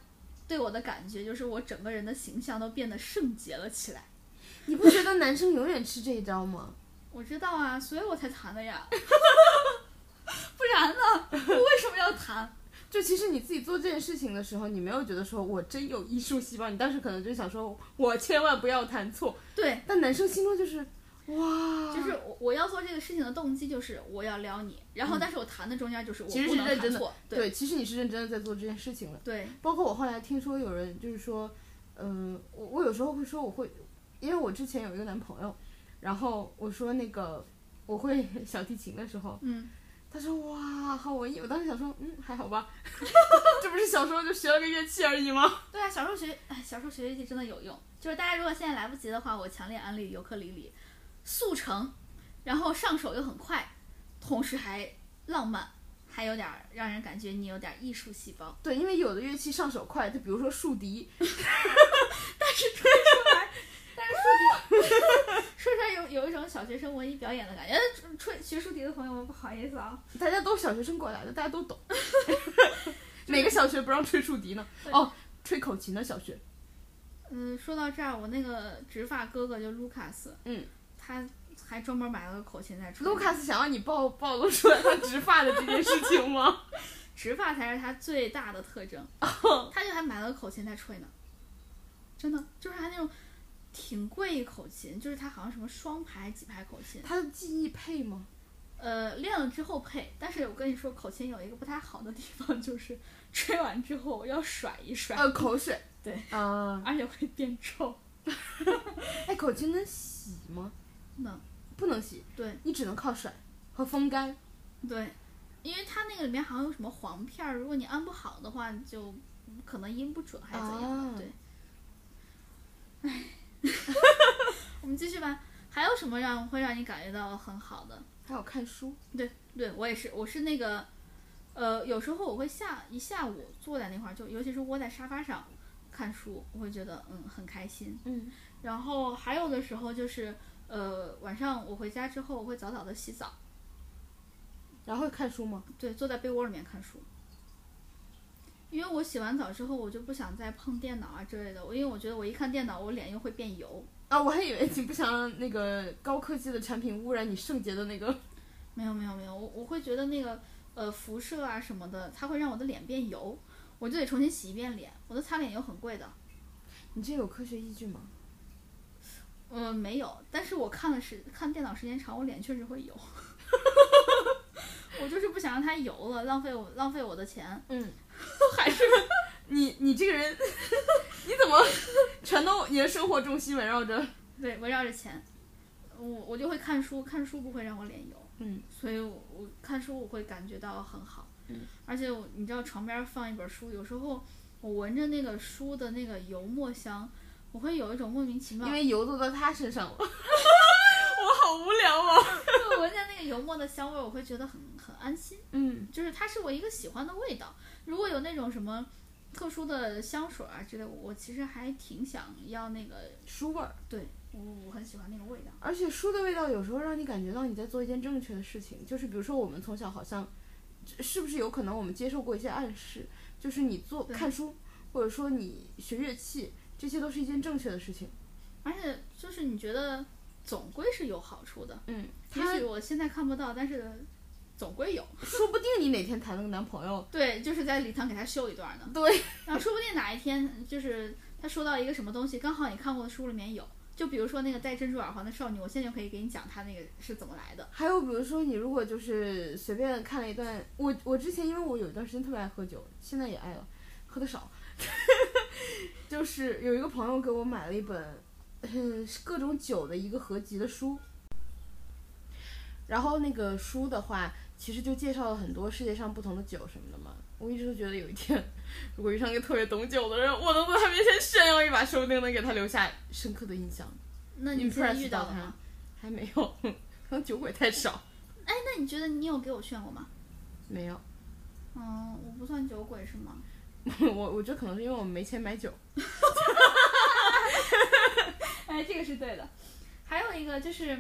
对我的感觉就是我整个人的形象都变得圣洁了起来。
你不觉得男生永远吃这一招吗？
我知道啊，所以我才弹的呀， 不然呢？我为什么要弹？
就其实你自己做这件事情的时候，你没有觉得说我真有艺术细胞，你当时可能就想说，我千万不要弹错。
对，
但男生心中就是，哇，
就是我我要做这个事情的动机就是我要撩你，然后但是我弹的中间就是我
嗯其实
不
是
能
认
弹
真的
错，
对
对
其实你是认真的在做这件事情了。
对，
包括我后来听说有人就是说，嗯、我我有时候会说我会，因为我之前有一个男朋友，然后我说那个我会 小提琴的时候，
嗯，
他说哇好文艺，我当时想说嗯还好吧， 这不是小时候就学了个乐器而已吗？
对啊，小时候学，哎，小时候学乐器真的有用。就是大家如果现在来不及的话，我强烈安利尤克里里，速成，然后上手又很快，同时还浪漫，还有点儿让人感觉你有点儿艺术细胞。
对，因为有的乐器上手快，就比如说竖笛，
但是竖笛，说出来有有一种小学生文艺表演的感觉。呃吹学竖笛的朋友们不好意思啊，
大家都小学生过来的，大家都 懂。哪个小学不让吹竖笛呢？
对
哦，吹口琴的小学，
嗯，说到这儿，我那个直发哥哥就卢卡斯，
嗯，
他还专门买了个口琴在吹。
卢卡斯想让你暴暴露出来他植发的这件事情吗？
直发才是他最大的特征。他就还买了个口琴在吹呢，真的就是他那种挺贵一口琴，就是他好像什么双排几排口琴，
他的记忆配吗？
呃，练了之后配。但是我跟你说，口琴有一个不太好的地方，就是吹完之后要甩一甩，
呃，口水。
对。
啊、
而且会变臭。
哎，口琴能洗吗？
能，
不能洗，
对
你只能靠甩和风干。
对，因为它那个里面好像有什么黄片儿，如果你按不好的话，就可能音不准还是怎样的。
哦
对，唉，我们继续吧。还有什么让会让你感觉到很好的？
还有看书，
对，对我也是，我是那个，呃，有时候我会下一下午坐在那块儿，就尤其是窝在沙发上看书，我会觉得嗯很开心。
嗯，
然后还有的时候就是，呃，晚上我回家之后，我会早早的洗澡，
然后看书吗？
对，坐在被窝里面看书。因为我洗完澡之后，我就不想再碰电脑啊之类的，我因为我觉得我一看电脑，我脸又会变油。
啊，我还以为你不想让那个高科技的产品污染你圣洁的那个。
没有没有没有，我我会觉得那个呃辐射啊什么的，它会让我的脸变油，我就得重新洗一遍脸。我的擦脸油很贵的，
你这有科学依据吗？
嗯、没有，但是我看了时看电脑时间长，我脸确实 会油。我就是不想让它油了，浪费我浪费我的钱。
嗯，还是你你这个人， 你怎么 全都你的生活重心围绕着？
对，围绕着钱，我我就会看书，看书不会让我脸油，
嗯，
所以我我看书我会感觉到很好，
嗯，
而且我你知道床边放一本书，有时候我闻着那个书的那个油墨香，我会有一种莫名其妙，
因为油都到他身 上了。我好无聊啊。
就闻见那个油墨的香味儿，我会觉得很很安心，
嗯，
就是它是我一个喜欢的味道。如果有那种什么特殊的香水啊之类，我我其实还挺想要那个，
书味儿，
对我我很喜欢那个味道。
而且书的味道有时候让你感觉到你在做一件正确的事情，就是比如说我们从小好像，是不是有可能我们接受过一些暗示，就是你做
对
看书，或者说你学乐器，这些都是一件正确的事情。
而且就是你觉得总归是有好处的，
嗯，
也
他
许我现在看不到，但是总归有。
说不定你哪天谈了个男朋友，
对，就是在礼堂给他秀一段呢，
对，
然后说不定哪一天就是他说到一个什么东西，刚好你看过的书里面有。就比如说那个戴珍珠耳环的少女，我现在就可以给你讲她那个是怎么来的。
还有比如说你如果就是随便看了一段，我我之前因为我有一段时间特别爱喝酒，现在也爱了，喝的少， 就是有一个朋友给我买了一本，嗯，各种酒的一个合集的书，然后那个书的话，其实就介绍了很多世界上不同的酒什么的嘛。我一直都觉得有一天，如果遇上一个特别懂酒的人，我能在他面前炫耀一把，说不定能给他留下深刻的印象。
那你现在
impress
遇到
到
了
他
吗？，
还没有， 可能酒鬼太少，
哎，那你觉得你有给我炫过吗？
没有。
嗯，我不算酒鬼是吗？
我我觉得可能是因为我们没钱买酒。
哎，这个是对的。还有一个就是，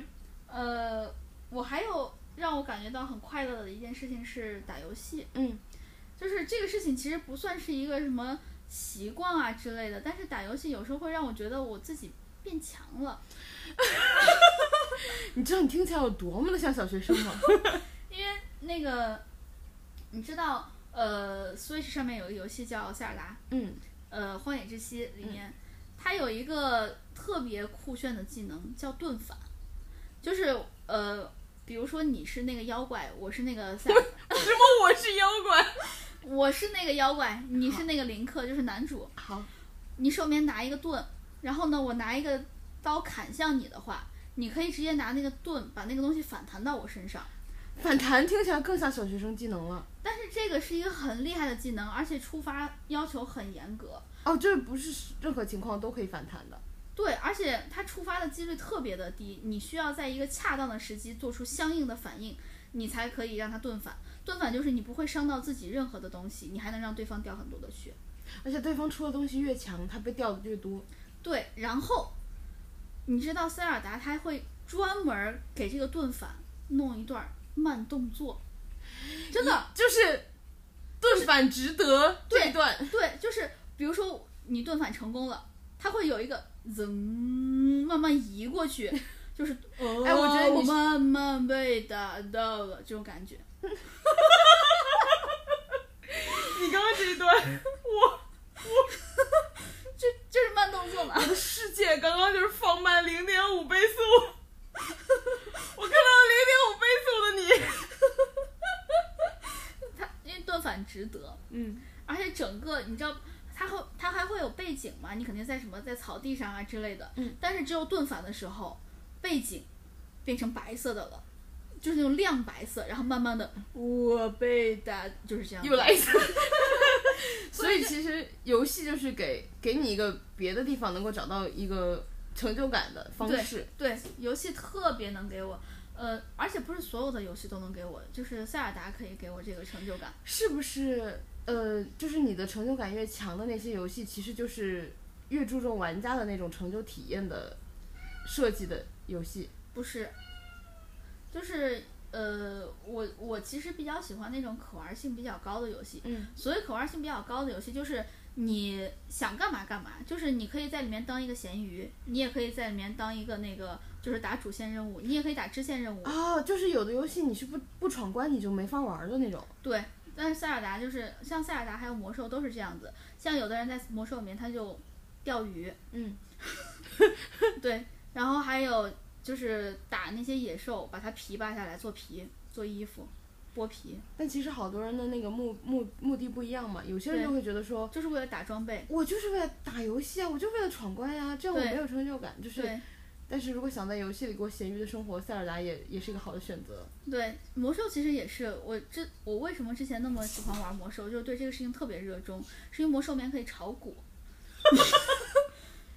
呃，我还有让我感觉到很快乐的一件事情是打游戏，
嗯，
就是这个事情其实不算是一个什么习惯啊之类的，但是打游戏有时候会让我觉得我自己变强了，
你知道你听起来有多么的像小学生吗？
因为那个你知道，呃，Switch 上面有一个游戏叫《塞尔达》，
嗯，
呃，《荒野之息》里面，它有一个特别酷炫的技能叫盾反，就是呃，比如说你是那个妖怪，我是那个赛，
什么我是妖怪？
我是那个妖怪，你是那个林克，就是男主，
好，
你手里面拿一个盾，然后呢，我拿一个刀砍向你的话，你可以直接拿那个盾把那个东西反弹到我身上。
反弹听起来更像小学生技能了。
但是这个是一个很厉害的技能，而且触发要求很严格。
哦，这不是任何情况都可以反弹的。
对，而且它触发的几率特别的低，你需要在一个恰当的时机做出相应的反应，你才可以让它盾反。盾反就是你不会伤到自己任何的东西，你还能让对方掉很多的血。
而且对方出的东西越强，他被掉的越多。
对，然后你知道塞尔达他会专门儿给这个盾反弄一段儿慢动作，真的，
啊就是盾反值得这一段。
对，就是比如说你盾反成功了，他会有一个噌慢慢移过去，就是
哎我觉得你
哦我
是
慢慢被打到了这种感觉。
你刚刚这一段，
就就是慢动作嘛。
我的世界刚刚就是放慢零点五倍速。 我看到零点五倍速的你。
他因为盾反值得，
嗯，
而且整个你知道，他会他还会有背景嘛？你肯定在什么在草地上啊之类的。
嗯。
但是只有盾反的时候，背景变成白色的了，就是那种亮白色，然后慢慢的我被打，就是这样。
又来一次。所以其实游戏就是给给你一个别的地方能够找到一个成就感的方式。
对，游戏特别能给我，呃，而且不是所有的游戏都能给我，就是塞尔达可以给我这个成就感。
是不是？呃，就是你的成就感越强的那些游戏，其实就是越注重玩家的那种成就体验的设计的游戏。
不是，就是呃，我我其实比较喜欢那种可玩性比较高的游戏。
嗯，
所谓可玩性比较高的游戏，就是你想干嘛干嘛，就是你可以在里面当一个咸鱼，你也可以在里面当一个那个，就是打主线任务，你也可以打支线任务。
哦，就是有的游戏你是不不闯关你就没法玩的那种。
对，但是塞尔达就是像塞尔达还有魔兽都是这样子，像有的人在魔兽里面他就钓鱼，
嗯，
对，然后还有就是打那些野兽，把它皮扒下来做皮做衣服，剥皮，
但其实好多人的那个目目目的不一样嘛，有些人
对
就会觉得说，
就是为了打装备。
我就是为了打游戏啊，我就为了闯关呀、这样我
对
没有成就感。就是，
对
但是如果想在游戏里过咸鱼的生活，塞尔达也也是一个好的选择。
对，魔兽其实也是我之我为什么之前那么喜欢玩魔兽，就是对这个事情特别热衷，是因为魔兽里面可以炒股。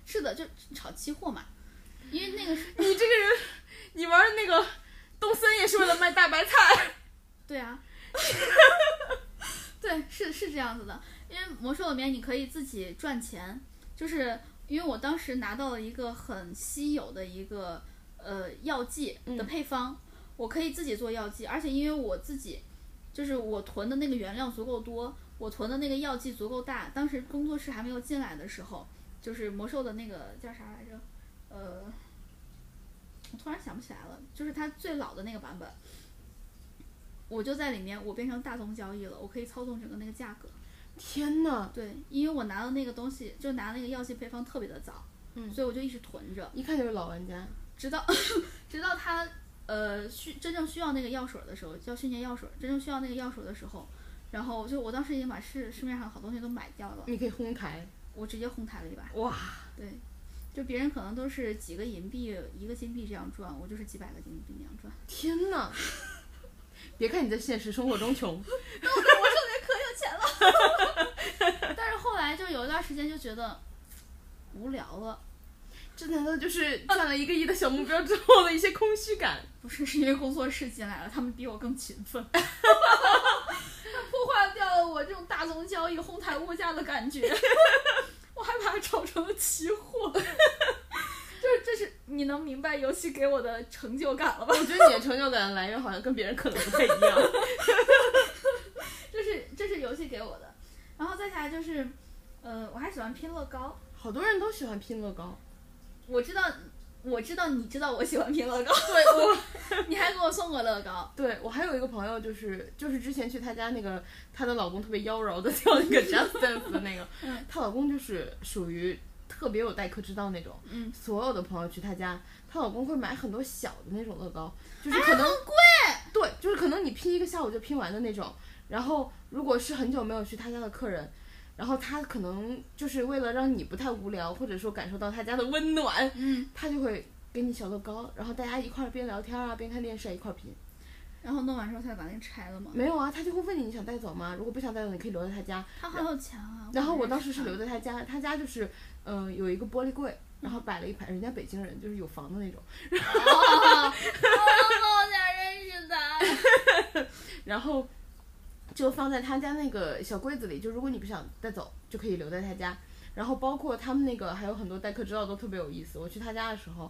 是的，就炒期货嘛，因为那个是
你这个人，你玩那个东森也是为了卖大白菜。
对啊，对，是是这样子的，因为魔兽里面你可以自己赚钱，就是因为我当时拿到了一个很稀有的一个呃药剂的配方，我可以自己做药剂，而且因为我自己就是我囤的那个原料足够多，我囤的那个药剂足够大，当时工作室还没有进来的时候，就是魔兽的那个叫啥来着，呃。我突然想不起来了，就是它最老的那个版本，我就在里面，我变成大宗交易了，我可以操纵整个那个价格。
天呐，
对，因为我拿到那个东西，就拿那个药剂配方特别的早，
嗯
所以我就一直囤着，
一看就是老玩家。
直到 直到它呃需真正需要那个药水儿的时候，叫训练药水儿，真正需要那个药水儿的时候，然后就我当时已经把市市面上好东西都买掉了，
你可以哄抬，
我直接哄抬了一把。
哇，
对，就别人可能都是几个银币、一个金币这样赚，我就是几百个金币那样赚。
天呐！别看你在现实生活中 穷，
我手里可有钱了。 但是后来就有一段时间就觉得无聊了，
这难道就是赚了一个亿的小目标之后的一些空虚感？
不是是因为工作室进来了，他们比我更勤奋， 破坏掉了我这种大宗交易哄抬物价的感觉。 我还把它炒成了期货， 就是这是你能明白游戏给我的成就感了吧？
我觉得你的成就感来源好像跟别人可能不太一样。
这是这是游戏给我的，然后再下来就是，呃，我还喜欢拼乐高。
好多人都喜欢拼乐高，
我知道，我知道，你知道我喜欢拼乐高，
对我
你还给我送过乐高，
对我还有一个朋友，就是就是之前去她家那个，她的老公特别妖娆的 跳那个 Just Dance 的那个
嗯，
她老公就是属于特别有待客之道那种。
嗯，
所有的朋友去她家，她老公会买很多小的那种乐高，
啊
就是可能、贵，对，就是可能你拼一个下午就拼完的那种。然后如果是很久没有去她家的客人。然后他可能就是为了让你不太无聊，或者说感受到他家的温暖，
嗯，
他就会给你小乐高，然后大家一块儿边聊天啊，边看电视啊，一块儿拼。
然后弄完之后他就把那个拆了嘛。
没有啊，他就会问你你想带走吗？如果不想带走，你可以留在他家。
他好有钱啊！
然后我
认识
当时是
他
留在他家，他家就是，呃，有一个玻璃柜，然后摆了一排，人家北京人就是有房的那种，
哦，我好想认识他。
然后就放在他家那个小柜子里，就如果你不想带走，就可以留在他家。然后包括他们那个还有很多待客之道都特别有意思。我去他家的时候，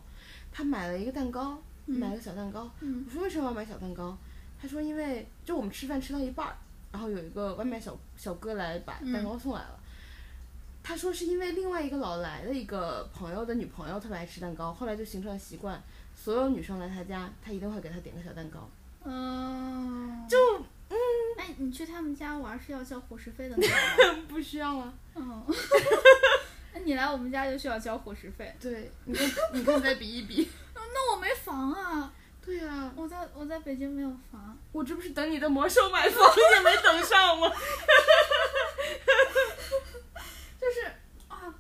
他买了一个蛋糕，
嗯
买了个小蛋糕，
嗯
我说为什么要买小蛋糕？他说因为就我们吃饭吃到一半儿，然后有一个外卖小小哥来把蛋糕送来了。他说是因为另外一个老来的一个朋友的女朋友特别爱吃蛋糕，后来就形成了习惯，所有女生来他家，他一定会给她点个小蛋糕。
嗯，
就
哎，你去他们家玩是要交伙食费的那种吗。
不需要啊。
嗯， 那你来我们家就需要交伙食费。哦
对，你看，你看，再比一比。
那我没房啊，
对啊，
我在我在北京没有房。
我这不是等你的魔兽 买房也没等上吗？
就是啊，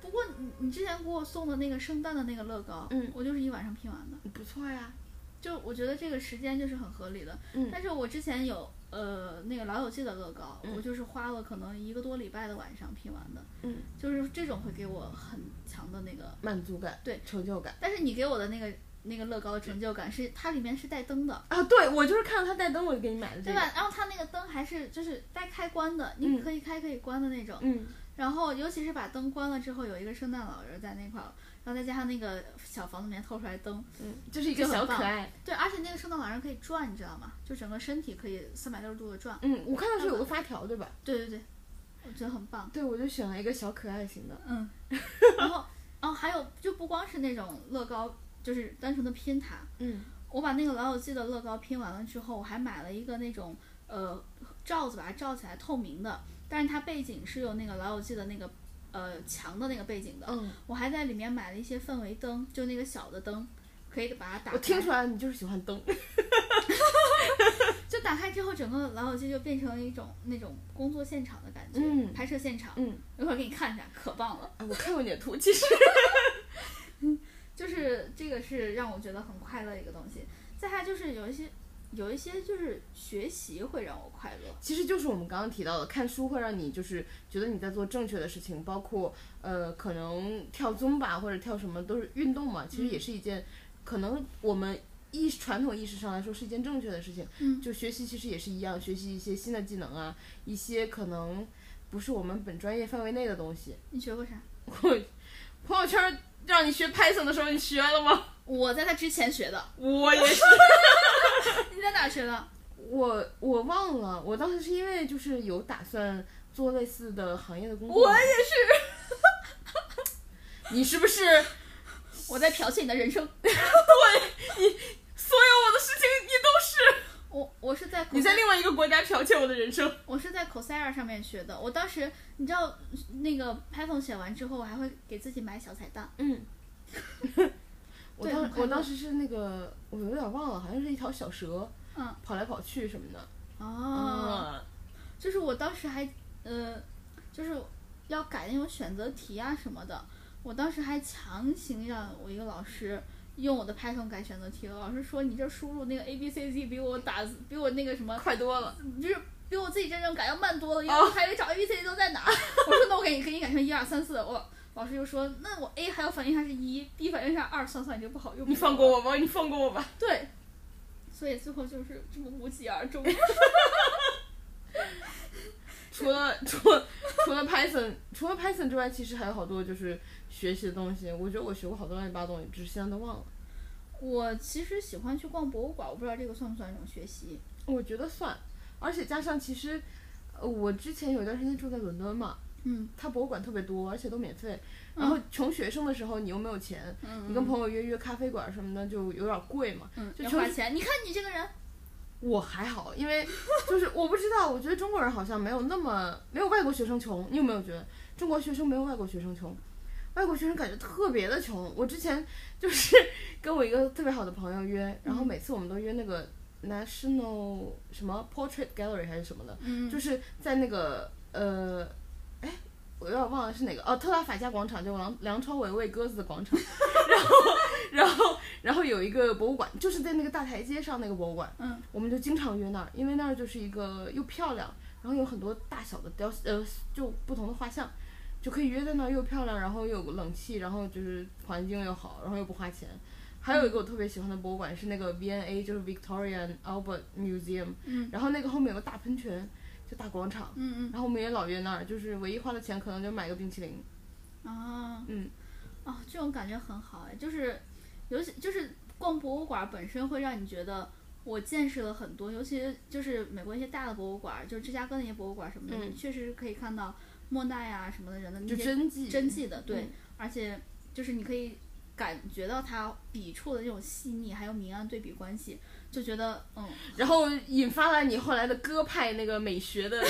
不过你你之前给我送的那个圣诞的那个乐高，
嗯
我就是一晚上拼完的。
不错呀，
就我觉得这个时间就是很合理的。
嗯
但是我之前有呃那个老友记的乐高，
嗯
我就是花了可能一个多礼拜的晚上拼完的，
嗯，
就是这种会给我很强的那个，
满足感，
对
成就感
但是你给我的那个那个乐高的成就感是它里面是带灯的。
啊！对我就是看到他带灯，我就给你买的这
对
个，
吧？然后它那个灯还是就是带开关的，你
嗯
可以开可以关的那种。
嗯，
然后尤其是把灯关了之后，有一个圣诞老人在那块儿，然后再加上那个小房子里面透出来灯，
嗯，就是一
就
个
很
小可
棒
爱。
对，而且那个圣诞老人可以转，你知道吗？就整个身体可以三百六十度的转。
嗯，我看到是有个发条，对吧？
对对对，我觉得很棒。
对，我就选了一个小可爱型的。
嗯，然后，然后还有就不光是那种乐高，就是单纯的拼它。
嗯
我把那个老友记的乐高拼完了之后，我还买了一个那种呃罩子把它罩起来透明的，但是它背景是有那个老友记的那个呃墙的那个背景的。
嗯，
我还在里面买了一些氛围灯，就那个小的灯，可以把它打开。
我听出来你就是喜欢灯。
就打开之后，整个老友记就变成了一种那种工作现场的感觉，
嗯
拍摄现场。
嗯，
一会儿给你看一下，可棒了。
啊，我看过你的图，其实。
就是这个是让我觉得很快乐的一个东西。再还就是有一些，有一些就是学习会让我快乐。
其实就是我们刚刚提到的，看书会让你就是觉得你在做正确的事情，包括呃，可能跳尊吧或者跳什么都是运动嘛，其实也是一件、可能我们意传统意识上来说是一件正确的事情。
嗯
就学习其实也是一样，学习一些新的技能啊，一些可能不是我们本专业范围内的东西。
你学过啥？
我朋友圈让你学 Python 的时候，你学了吗？
我在他之前学的。
我也是，
你在哪学的？
我我忘了，我当时是因为就是有打算做类似的行业的工作
我
嘛。
也是。
你是不是
我在剽窃你的人生。
所有我的事情你都 是？
我我是在 Coursera-
你在另外一个国家剽窃我的人生？
我是在 Coursera 上面学的。我当时你知道那个 Python 写完之后，我还会给自己买小彩蛋。
嗯。我
对
当
很快乐
我当时是那个，我有点忘了，好像是一条小蛇
嗯
跑来跑去什么的。
哦。
嗯
就是我当时还，呃，就是要改那种选择题啊什么的，我当时还强行让我一个老师用我的 Python 改选择题了。老师说你这输入那个 A B C D 比我打字比我那个什么，
嗯快多了。
就是比我自己真正改要慢多了，因为
哦
我还得找 A B C D 都在哪。 我说那我给你给你改成一二三四，我老师就说那我 A 还要反应上是一，B 反应上二，算算你就不好用。
你放过。我吧，你放过我吧。
对，所以最后就是这么无疾而终。
除了除了除了 Python 除了 Python 之外，其实还有好多就是学习的东西。我觉得我学过好多乱七八糟东西，只是现在都忘了。
我其实喜欢去逛博物馆，我不知道这个算不算一种学习。
我觉得算，而且加上其实，呃，我之前有一段时间住在伦敦嘛，
嗯
它博物馆特别多，而且都免费。然后穷学生的时候，你又没有钱，
嗯，
你跟朋友约约咖啡馆什么的就有点贵嘛。
嗯
就
要
穷
花钱。你看你这个人，
我还好，因为就是我不知道，我觉得中国人好像没有那么没有外国学生穷。你有没有觉得中国学生没有外国学生穷？外国学生感觉特别的穷。我之前就是 跟我一个特别好的朋友约，然后每次我们都约那个 National 什么 Portrait Gallery 还是什么的，
嗯
就是是在那个呃，哎，我有点忘了是哪个哦，特拉法加广场，就梁梁朝伟喂鸽子的广场，然后然后然后有一个博物馆，就是在那个大台阶上那个博物馆，
嗯，
我们就经常约那儿，因为那儿就是一个又漂亮，然后有很多大小的雕呃，就不同的画像。就可以约在那儿，又漂亮，然后又有冷气，然后就是环境又好，然后又不花钱。还有一个我特别喜欢的博物馆是那个 V&A，就是 Victoria and Albert Museum，
嗯
然后那个后面有个大喷泉，就大广场，
嗯
然后我们也老约那儿，就是唯一花的钱可能就买个冰淇淋。
嗯啊
嗯，
哦，这种感觉很好哎，就是尤其就是逛博物馆本身会让你觉得。我见识了很多，尤其就是美国一些大的博物馆，就是芝加哥那些博物馆什么的，
嗯
你确实是可以看到莫奈啊什么的人的那
就
些
真迹，
真迹的，对，
嗯
而且就是你可以感觉到它笔触的那种细腻，还有明暗对比关系，就觉得嗯，
然后引发了你后来的鸽派那个美学 的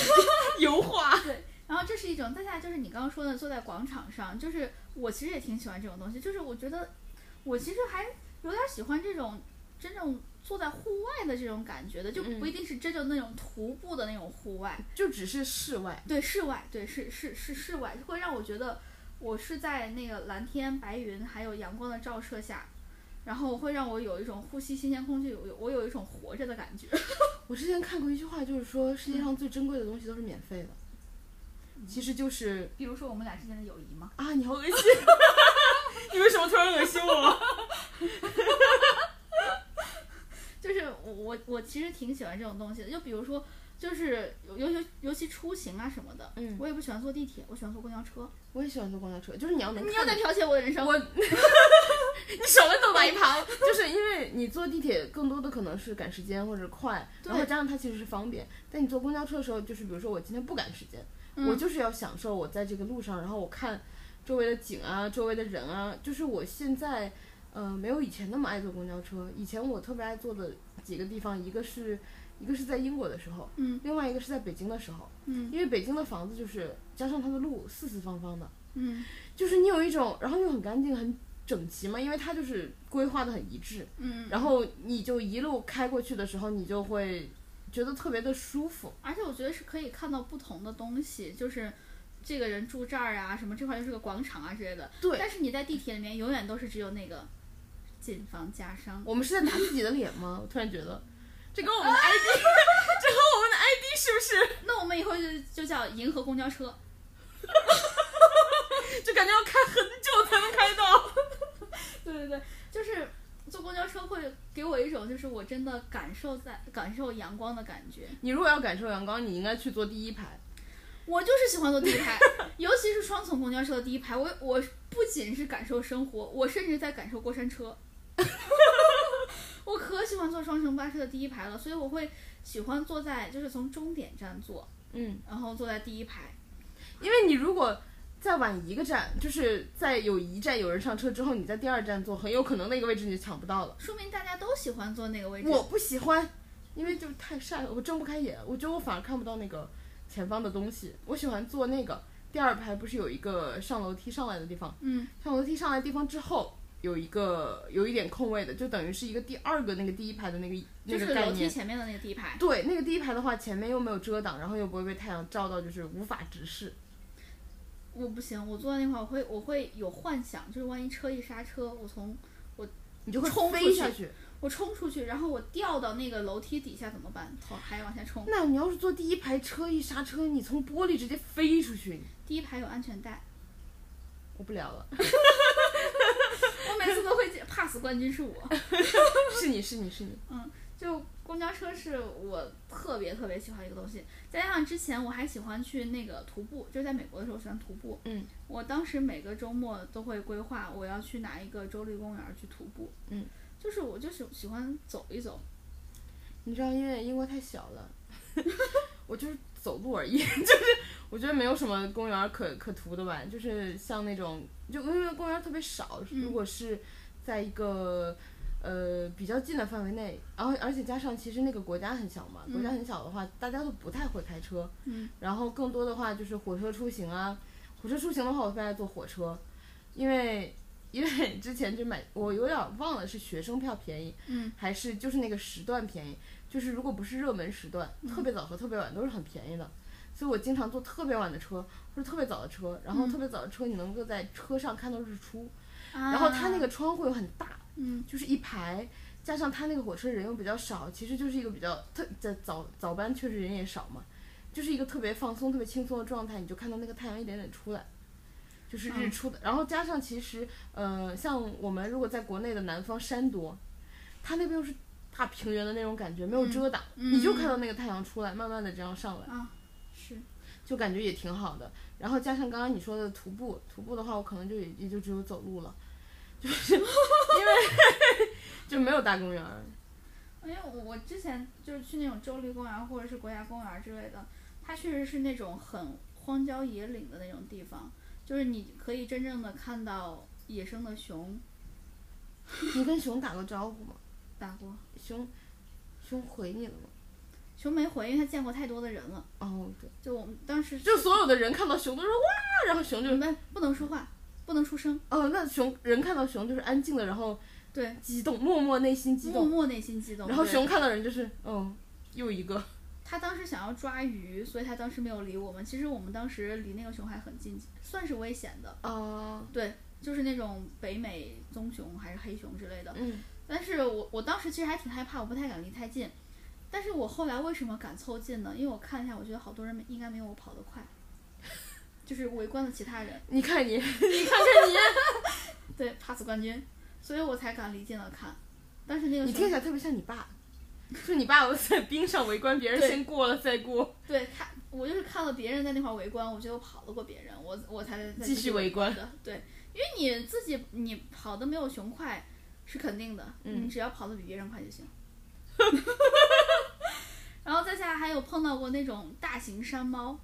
油画。
对，然后这是一种，再下来就是你刚刚说的坐在广场上，就是我其实也挺喜欢这种东西，就是我觉得我其实还有点喜欢这种真正坐在户外的这种感觉的，就不
嗯
一定是真正那种徒步的那种户外，
就只是室外，
对，室外，对，是是是室外，会让我觉得我是在那个蓝天白云还有阳光的照射下，然后会让我有一种呼吸新鲜空气，我有我有一种活着的感觉。
我之前看过一句话，就是说世界
嗯
上最珍贵的东西都是免费的，其实就是
比如说我们俩之间的友谊嘛，
啊，你好恶心，
你为什么突然恶心我？
就是我我我其实挺喜欢这种东西的，就比如说就是尤尤尤尤其出行啊什么的，
嗯，
我也不喜欢坐地铁，我喜欢坐公交车。
我也喜欢坐公交车，就是你要能
你
看
又在剽窃我的人生，
我，你少了都把一旁， 就是因为你坐地铁更多的可能是赶时间或者快，
对
然后加上它其实是方便。但你坐公交车的时候，就是比如说我今天不赶时间，
嗯
我就是要享受我在这个路上，然后我看周围的景啊，周围的人啊，就是我现在呃没有以前那么爱坐公交车。以前我特别爱坐的几个地方，一个是一个是在英国的时候，
嗯
另外一个是在北京的时候，
嗯
因为北京的房子就是加上它的路四四方方的。
嗯
就是你有一种，然后又很干净、很整齐嘛，因为它就是规划的很一致，
嗯，
然后你就一路开过去的时候，你就会觉得特别的舒服。
而且我觉得是可以看到不同的东西，就是这个人住这儿啊，什么这块就是个广场啊之类的。
对，
但是你在地铁里面永远都是只有那个谨防家商，
我们是在打自己的脸 吗？我突然觉得，这跟我 们的 ID，这跟我们的 ID 是不
那我们以后就就叫银河公交车，
是就感觉要开很久才能开到？
对对对，就是坐公交车会给我一种就是我真的感受在感受阳光的感觉。
你如果要感受阳光，你应该去坐第一排。
我就是喜欢坐第一排，尤其是双层公交车的第一排，我我不仅是感受生活，我甚至在感受过山车。 我可喜欢坐双层巴士的第一排了，所以我会喜欢坐在就是从终点站坐，
嗯，
然后坐在第一排。
因为你如果再晚一个站，就是在有一站有人上车之后，你在第二站坐，很有可能那个位置你就抢不到了。
说明大家都喜欢坐那个位置。
我不喜欢，因为就是太晒了，我睁不开眼，我觉得我反而看不到那个前方的东西。我喜欢坐那个第二排，不是有一个上楼梯上来的地方？
嗯
上楼梯上来的地方之后，有一个有一点空位的，就等于是一个第二个那个第一排的那个
就
那
是
个概
楼梯
念。
前面的那个第一排。
对，那个第一排的话，前面又没有遮挡，然后又不会被太阳照到，就是无法直视。
我不行，我坐在那块儿我会我会有幻想，就是万一车一刹车，我从
你就会
冲出
飞
去
下去。
我冲出去，然后我掉到那个楼梯底下怎么办？头还往下冲。
那你要是坐第一排，车一刹车，你从玻璃直接飞出去，
第一排有安全带。
我不 聊了。
我每次都会 pass 冠军是我。
是你是你是你，
就公交车是我特别特别喜欢的一个东西，再加上之前我还喜欢去那个徒步，就是在美国的时候喜欢徒步。
嗯，
我当时每个周末都会规划我要去哪一个州立公园去徒步。
嗯，
就是我就喜喜欢走一走。
你知道，因为英国太小了， 我就是走路而已， 就是我觉得没有什么公园可可图的吧，就是像那种，就因为公园特别少，
嗯
如果是在一个。呃，比较近的范围内，然后而且加上，其实那个国家很小嘛，
嗯
国家很小的话，大家都不太会开车，
嗯，
然后更多的话就是火车出行啊，火车出行的话，我特别爱坐火车，因为因为之前就买，我有点忘了是学生票便宜，
嗯，
还是就是那个时段便宜，就是如果不是热门时段，
嗯
特别早和特别晚都是很便宜的，所以我经常坐特别晚的车或者特别早的车，然后
嗯
特别早的车你能够在车上看到日出，
然
然后它那个窗户又很大，
嗯
就是一排。加上它那个火车人又比较少，其实就是一个比较特在早早班确实人也少嘛，就是一个特别放松、特别轻松的状态，你就看到那个太阳一点点出来，就是日
嗯
出的。然后加上其实，呃，像我们如果在国内的南方山多，它那边又是大平原的那种感觉，没有
嗯
遮挡，
嗯
你就看到那个太阳出来，慢慢的这样上来，
啊是
就感觉也挺好的。然后加上刚刚你说的徒步，徒步的话，我可能就也也就只有走路了， 就是因为就没有大公园儿。
因为我我之前就是去那种州立公园或者是国家公园之类的，它确实是那种很荒郊野岭的那种地方，就是你可以真正的看到野生的熊
你跟熊打过招呼吗？
打过，
熊，熊回你了吗？
熊没回，因为它见过太多的人了。
哦，对，
就我们当时
就所有的人看到熊都说哇，然后熊就
你们不能说话，不能出声，
哦，那熊人看到熊就是安静的，然后
对，
激动，默默内心激
默
动，
默内心激动。
然后
嗯对
熊看到人就是哦，又一个，
他当时想要抓鱼，所以他当时没有理我们。其实我们当时离那个熊还很近，算是危险的。
啊，
对，就是那种北美棕熊还是黑熊之类的。
嗯，
但是我我当时其实还挺害怕，我不太敢离太近。但是我后来为什么敢凑近呢？因为我看了一下，我觉得好多人应该没有我跑得快，就是围观的其他人，
你看你，
对，pass 冠军，所以我才敢离近了看。但是那个
你
熊
听起来特别像你爸，就你爸我在冰上围观，别人
对
先过了再过，
对他，我就是看了别人在那块儿围观，我觉得我跑得过别人，我我才再
继续围观
的。对，因为你自己你跑得没有熊快是肯定的，
嗯
你只要跑得比别人快就行。 然后再下来还有碰到过那种大型山猫，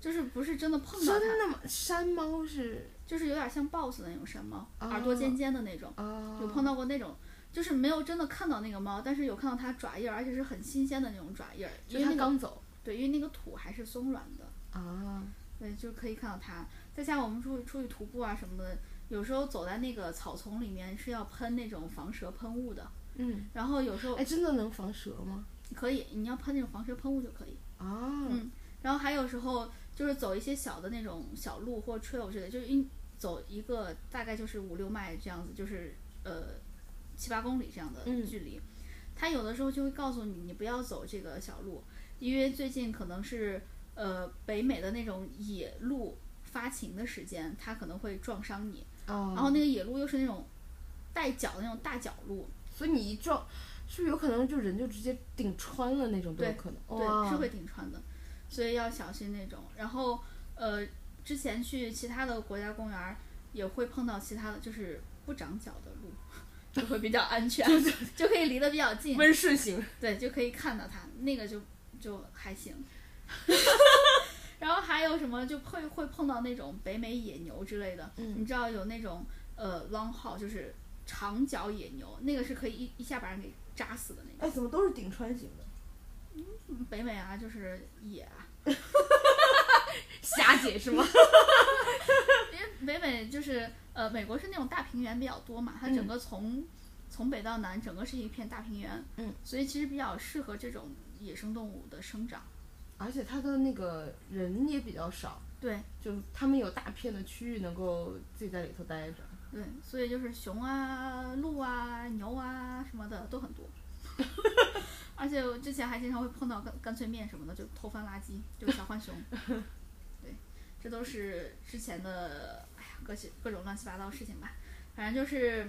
就是不是真的碰到它，
真的吗？山猫是
就是有点像 boss 的那种山猫，
哦
耳朵尖尖的那种，
啊，
有碰到过那种。就是没有真的看到那个猫，但是有看到它爪印儿，而且是很新鲜的那种爪印儿，因
就
为
它
那个
刚走
对，因为那个土还是松软的，
啊，
对，就可以看到它。再加上我们出去出去徒步啊什么的，有时候走在那个草丛里面是要喷那种防蛇喷雾的，
嗯，
然后有时候
哎，真的能防蛇吗？
可以，你要喷那种防蛇喷雾就可以。
啊，
嗯然后还有时候就是走一些小的那种小路或 trail 之类，就是一走一个大概就是五六迈这样子，就是呃七八公里这样的
嗯
距离。它有的时候就会告诉你，你不要走这个小路，因为最近可能是呃北美的那种野鹿发情的时间，它可能会撞伤你。
啊，
然后那个野鹿又是那种带角的那种大角鹿，
所以你一撞，是不是有可能就人就直接顶穿了那种都有
对
可能？哇
对，是会顶穿的，所以要小心那种。然后呃，之前去其他的国家公园儿也会碰到其他的，就是不长脚的鹿， 就会比较安全，就可以离得比较近，
温顺型。
对，就可以看到它，那个就就还 行。然后还有什么就会会碰到那种北美野牛之类的，
嗯
你知道有那种呃 long haul 就是长脚野牛，那个是可以一一下把人给扎死的那种。
哎，怎么都是顶穿型的？
北美啊，就是野啊，
霞姐是吗？
因为北美就是呃，美国是那种大平原比较多嘛，它整个从、从北到南，整个是一片大平原，
嗯，
所以其实比较适合这种野生动物的生长。
而且它的那个人也比较少，
对
就他们有大片的区域能够自己在里头待着。
对，所以就是熊啊、鹿啊、牛啊什么的都很 多。而且我之前还经常会碰到干干脆面什么的，就偷翻垃圾，就是小浣 熊。对，这都是之前的，哎呀，各些各种乱七八糟的事情吧。反正就是，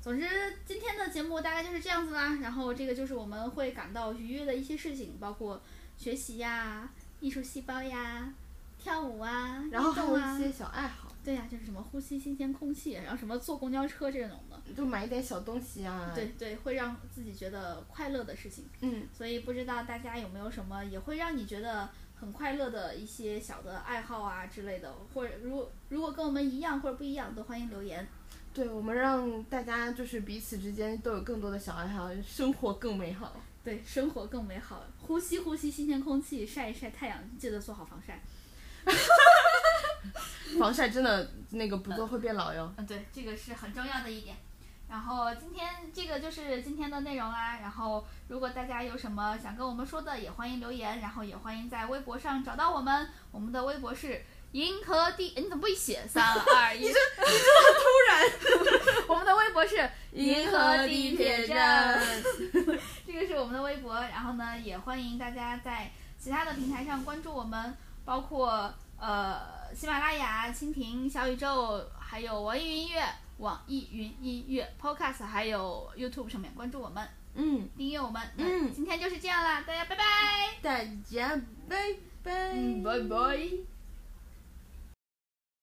总之今天的节目大概就是这样子啦。然后这个就是我们会感到愉悦的一些事情，包括学习呀、艺术细胞呀、跳舞啊，
然后
运
还
动
有
啊
一些小爱好，
对呀、就是什么呼吸新鲜空气，然后什么坐公交车这种的，
就买一点小东西啊。
对，对，会让自己觉得快乐的事情。
嗯，
所以不知道大家有没有什么也会让你觉得很快乐的一些小的爱好啊之类的，或者如果如果跟我们一样或者不一样，都欢迎留言。
对，我们让大家就是彼此之间都有更多的小爱好，生活更美好。
对，生活更美好，呼吸呼吸新鲜空气，晒一晒太阳，记得做好防晒。
防晒真的那个不做会变老 哟。
嗯，对，这个是很重要的一点。然后今天这个就是今天的内容啦、然后如果大家有什么想跟我们说的，也欢迎留言，然后也欢迎在微博上找到我们。我们的微博是银河第，你怎么不一起？三二一，你这你这 突然。我们的微博是站，这个是我们的微博。然后呢，也欢迎大家在其他的平台上关注我们，包括呃喜马拉雅、蜻蜓、小宇宙，还有网易云音乐、网易云音乐 Podcast，还有 YouTube 上面关注我们，
嗯，
订阅我们。
嗯
那今天就是这样啦，大家拜拜，
大家拜拜。
嗯拜拜。